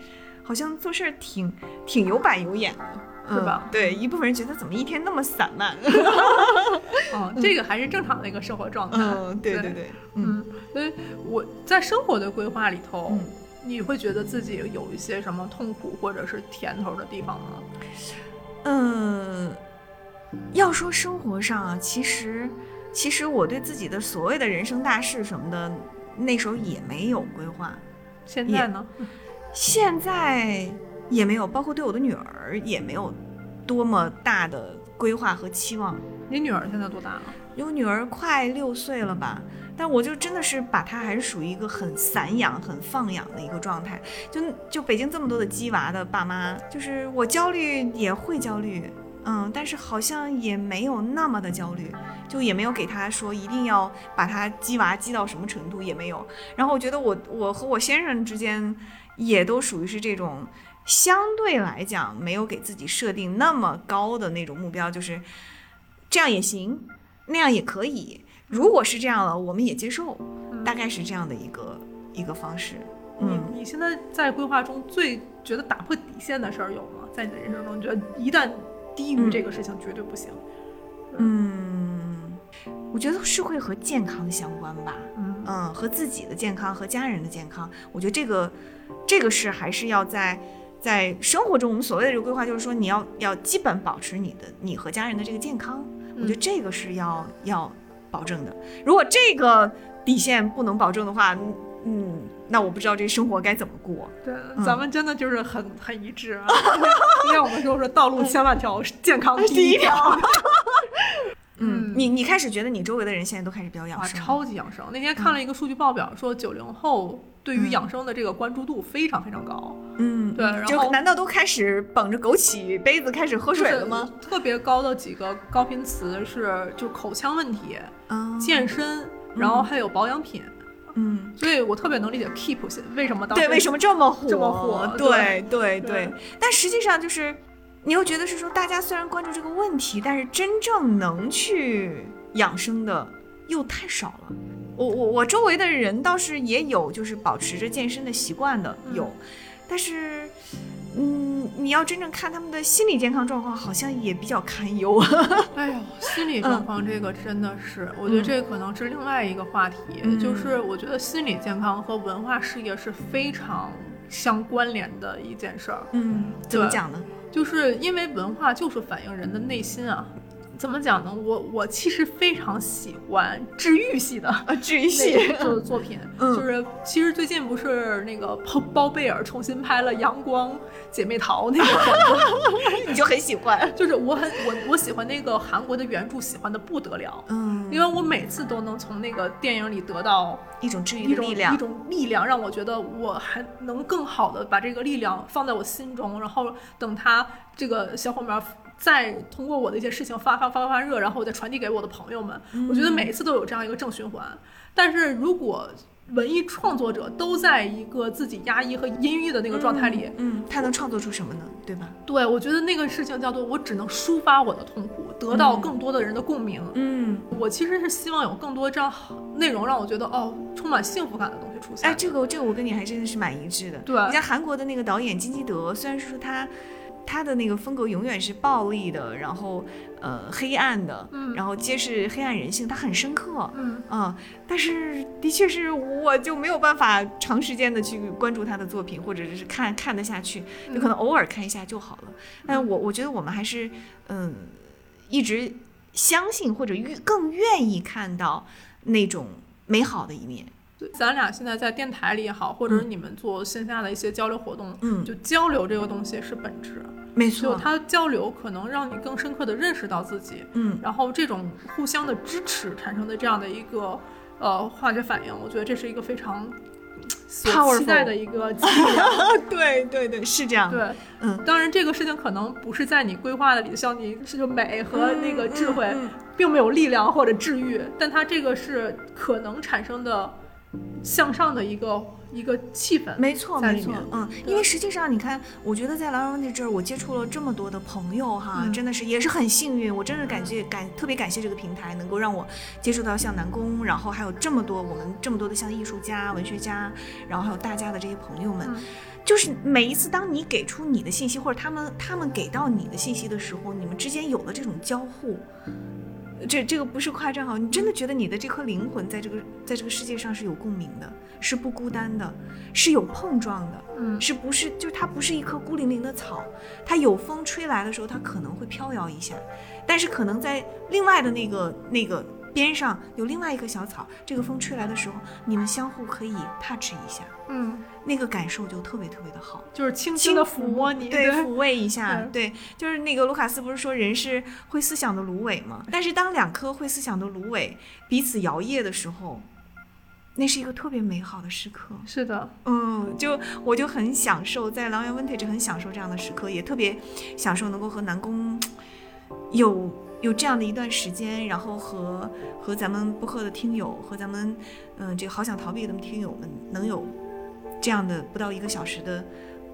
好像做事儿挺挺有板有眼的，
是吧
嗯？对，一部分人觉得怎么一天那么散漫？ (laughs)
嗯，这个还是正常的一个生活状态。
嗯，对对对，嗯
嗯，所以我在生活的规划里头，
嗯
你会觉得自己有一些什么痛苦或者是甜头的地方吗？
嗯，要说生活上啊，其实其实我对自己的所谓的人生大事什么的，那时候也没有规划，
现在呢？
现在也没有，包括对我的女儿也没有多么大的规划和期望。
你女儿现在多大了？
因为我女儿快六岁了吧，但我就真的是把她还是属于一个很散养、很放养的一个状态。就就北京这么多的鸡娃的爸妈，就是我焦虑也会焦虑，嗯，但是好像也没有那么的焦虑，就也没有给她说一定要把她鸡娃鸡到什么程度也没有。然后我觉得我我和我先生之间也都属于是这种。相对来讲，没有给自己设定那么高的那种目标，就是这样也行，那样也可以。如果是这样了，我们也接受，大概是这样的一个一个方式。嗯，
你你现在在规划中最觉得打破底线的事儿有吗？在你的人生中，你觉得一旦低于这个事情绝对不行。
嗯我觉得是会和健康相关吧。
嗯
嗯，和自己的健康和家人的健康，我觉得这个这个是还是要在在生活中，我们所谓的这个规划，就是说你要要基本保持你的你和家人的这个健康，我觉得这个是要要保证的。如果这个底线不能保证的话，嗯嗯，那我不知道这生活该怎么过。
对，咱们真的就是很很一 (laughs) 致啊。就像我们说说，道路千万条，健康嗯哎第一条。
嗯，你你开始觉得你周围的人现在都开始比较养
哇，
生，
超级养生！那天看了一个数据报表，说九零后对于养生的这个关注度非常非常高，
嗯，
对然后
就难道都开始捧着枸杞杯子开始喝水了吗？？
特别高的几个高频词是就口腔问题、
嗯
健身，然后还有保养品。
嗯，
所以我特别能理解 Keep 现为什么当时
对，为什么这么火？
这么火
对
对
对对，但实际上就是，你又觉得是说，大家虽然关注这个问题，但是真正能去养生的又太少了。我我我周围的人倒是也有，就是保持着健身的习惯的
嗯
有，但是，嗯，你要真正看他们的心理健康状况，好像也比较堪忧啊。
哎呦，心理状
嗯
况这个真的是，我觉得这可能是另外一个话题，
嗯
就是我觉得心理健康和文化事业是非常相关联的一件事儿，
嗯，怎么
对
讲呢？
就是因为文化就是反映人的内心啊。怎么讲呢？我我其实非常喜欢治愈系的
啊，治愈
那种就是作品，
(laughs) 嗯
就是其实最近不是那个包包贝尔重新拍了《阳光姐妹淘》那个 (laughs) 片子吗，
你就很喜欢。
就是我很我我喜欢那个韩国的原著，喜欢的不得了。
嗯，
因为我每次都能从那个电影里得到
一种治愈
一
的
种
力量
一。种力量，让我觉得我还能更好的把这个力量放在我心中，然后等他这个小伙伴儿再通过我的一些事情发发发发热，然后我再传递给我的朋友们。我觉
嗯
得每一次都有这样一个正循环。但是如果文艺创作者都在一个自己压抑和阴郁的那个状态里，
嗯，他能创作出什么呢？对吧？
对我觉得那个事情叫做我只能抒发我的痛苦，得到更多的人的共鸣。
嗯，
我其实是希望有更多这样好内容，让我觉得哦，充满幸福感的东西出现。
哎，这个这个我跟你还真的是蛮一致的。
啊对啊
你像韩国的那个导演金基德，虽然说他他的那个风格永远是暴力的，然后呃黑暗的，
嗯
然后揭示黑暗人性，他很深刻。
嗯，
嗯，但是的确是，我就没有办法长时间的去关注他的作品，或者是看看得下去，就
嗯
可能偶尔看一下就好了。但我我觉得我们还是，嗯，一直相信或者愿更愿意看到那种美好的一面。
对，咱俩现在在电台里也好，或者是你们做线下的一些交流活动，
嗯，
就交流这个东西是本质，
没
就
错，
它交流可能让你更深刻的认识到自己， (laughs)
嗯，
然后这种互相的支持产生的这样的一个呃化学反应，我觉得这是一个非常。所期待
Powerful
的一个激励，
对对对，是这样的。
对，
(laughs) 嗯，
当然这个事情可能不是在你规划的里，像你是就美和那个智慧，
嗯嗯嗯
并没有力量或者治愈，但它这个是可能产生的向上的一个一个气氛。
没错，
在
没
里
错
面，
嗯，因为实际上你看，我觉得在蓝文地这儿，我接触了这么多的朋友哈，
嗯
真的是也是很幸运，我真是感谢感特别感谢这个平台，能够让我接触到像南宫，然后还有这么多我们这么多的像艺术家、文学家，然后还有大家的这些朋友们，
嗯
就是每一次当你给出你的信息，或者他们他们给到你的信息的时候，你们之间有了这种交互。这这个不是夸张啊哈，你真的觉得你的这颗灵魂在这个在这个世界上是有共鸣的，是不孤单的，是有碰撞的，
嗯
是不是？就是它不是一棵孤零零的草，它有风吹来的时候，它可能会飘摇一下，但是可能在另外的那个那个边上有另外一棵小草，这个风吹来的时候，你们相互可以 touch 一下，
嗯，
那个感受就特别特别的好。
就是轻轻的抚摸你，
对，抚慰一下，
对嗯
对，就是那个卢卡斯不是说人是会思想的芦苇吗？但是当两颗会思想的芦苇彼此摇曳的时候，那是一个特别美好的时刻。
是的，
嗯，
哦
就我就很享受在狼园 vintage 很享受这样的时刻，也特别享受能够和南宫有有这样的一段时间，然后和和咱们播客的听友和咱们嗯、这个好想逃避的听友们能有这样的不到一个小时的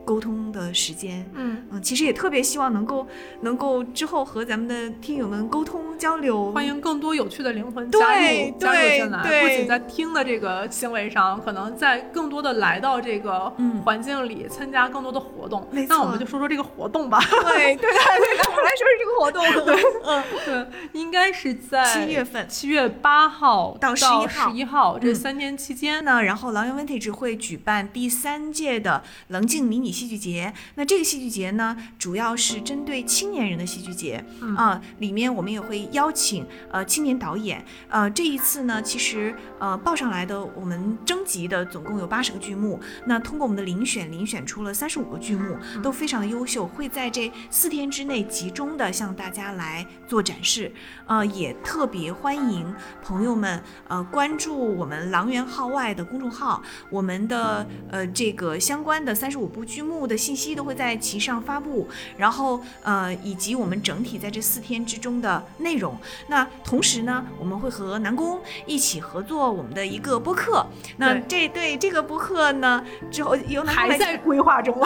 沟通的时间。
嗯，
嗯，其实也特别希望能够能够之后和咱们的听友们沟通交流，
欢迎更多有趣的灵魂
对
加入加入
对
进来，
对
不仅在听的这个行为上，可能在更多的来到这个
嗯
环境里参加更多的活动
没。
那
错
我们就说说这个活动
(laughs)
吧，
(laughs) 对对对对，我们来说说这个活动，
(laughs)
嗯，
对，应该是在
七月份
七月八号
到11号
到十一号这
嗯
三天期间，
呢，然后狼园 Vintage 会举办第三届的棱镜迷你戏剧节。那这个戏剧节呢，主要是针对青年人的戏剧节啊、
嗯
里面我们也会邀请呃青年导演。呃，这一次呢，其实呃报上来的我们征集的总共有八十个剧目，那通过我们的遴选，遴选出了三十五个剧目，都非常的优秀，会在这四天之内集中的向大家来做展示。呃，也特别欢迎朋友们呃关注我们狼园号外的公众号，我们的呃这个相关的三十五部剧目的信息都会在其上发布，然后呃以及我们整体在这四天之中的内容。那同时呢，我们会和南宫一起合作我们的一个播客。那这对这个播客呢，之后由南宫来
还在规划 (laughs) 中。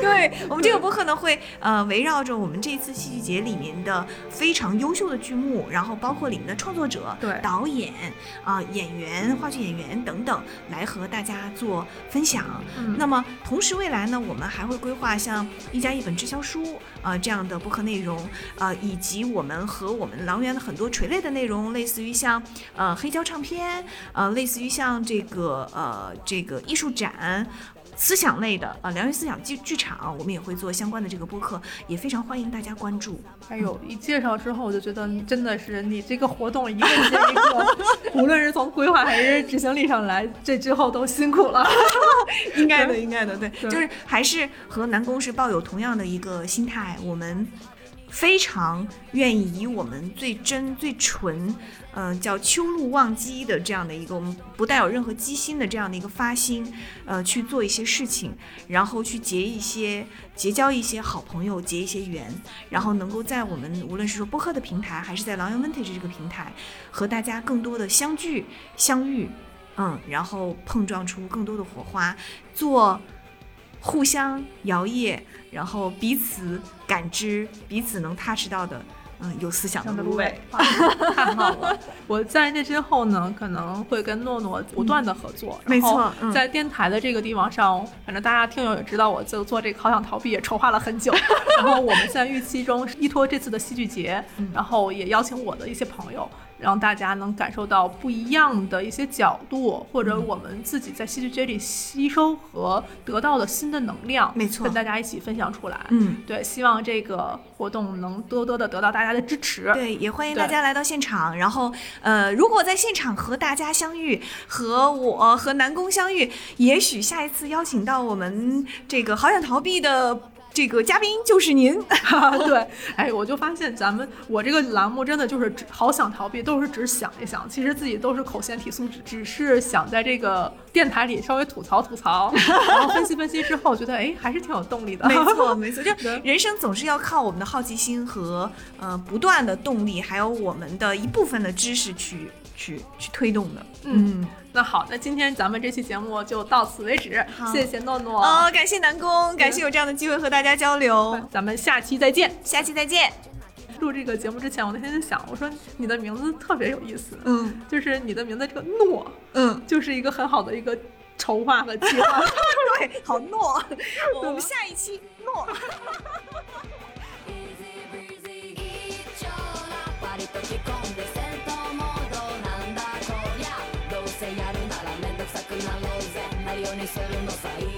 对我们这个播客呢，会呃围绕着我们这次戏剧节里面的非常优秀的剧目，然后包括里面的创作者、
对嗯
导演啊、演员、话剧演员等等，来和大家做分享。
嗯
那么同时未来呢，我们还会规划像一加一本滞销书啊、呃这样的播客内容啊、呃以及我们和我们狼园的很多垂类的内容，类似于像呃黑胶唱片，呃类似于像这个呃这个艺术展。思想类的啊，呃良缘思想剧剧场，我们也会做相关的这个播客，也非常欢迎大家关注。
哎呦，一介绍之后，我就觉得你真的是你这个活动一个接一
(laughs)
个，无论是从规划还是执行力上来，这之后都辛苦了。
(laughs) 应该的，应该的，对，
对
就是还是和南宫是抱有同样的一个心态，我们非常愿意以我们最真、最纯，嗯、叫秋露忘机的这样的一个，我们不带有任何机心的这样的一个发心，呃，去做一些事情，然后去结一些结交一些好朋友，结一些缘，然后能够在我们无论是说播客的平台，还是在狼园 Vintage 这个平台，和大家更多的相聚、相遇。嗯，然后碰撞出更多的火花，做互相摇曳，然后彼此感知，彼此能 touch 到的，嗯，有思想的芦苇。，
太好
啊
了！ (laughs) 我在那之后呢，可能会跟诺诺不断的合作，
嗯没错
然后
嗯
在电台的这个地方上，反正大家听友也知道，我就做这个好想逃避也筹划了很
(laughs)
久。然后我们现在预期中，依托这次的戏剧节，
嗯
然后也邀请我的一些朋友。让大家能感受到不一样的一些角度，或
嗯
者我们自己在戏剧节里吸收和得到的新的能量，
没错
跟大家一起分享出来。
嗯，
对，希望这个活动能多多的得到大家的支持。
对，也欢迎
对
大家来到现场。然后，呃，如果在现场和大家相遇，和我和南宫相遇，也许下一次邀请到我们这个好想逃避的。这个嘉宾就是您。
(laughs) 对，哎，我就发现咱们我这个栏目真的就是只好想逃避，都是只想一想，其实自己都是口嫌体素，只只是想在这个电台里稍微吐槽吐
(laughs)
槽，然后分析分析之后，觉得哎还是挺有动力的。
没错，没 (laughs) 错，就人生总是要靠我们的好奇心和呃不断的动力，还有我们的一部分的知识去去去推动的。
(laughs) 嗯，那好，那今天咱们这期节目就到此为止，谢谢诺诺，
哦，感谢南宫，感谢有这样的机会和大家交流，
咱们下期再见。
下期再见。
录这个节目之前，我那天就想，我说你的名字特别有意思，
嗯
就是你的名字这个诺，
嗯，
就是一个很好的一个筹划和计划。
(laughs) 对，好 (laughs) 诺，我们下一期诺。
Easy breezy 一丁なパリッと着込んで戦闘モードなんだこりゃどうせやるならめんどくさくなろうぜなるようにするのさい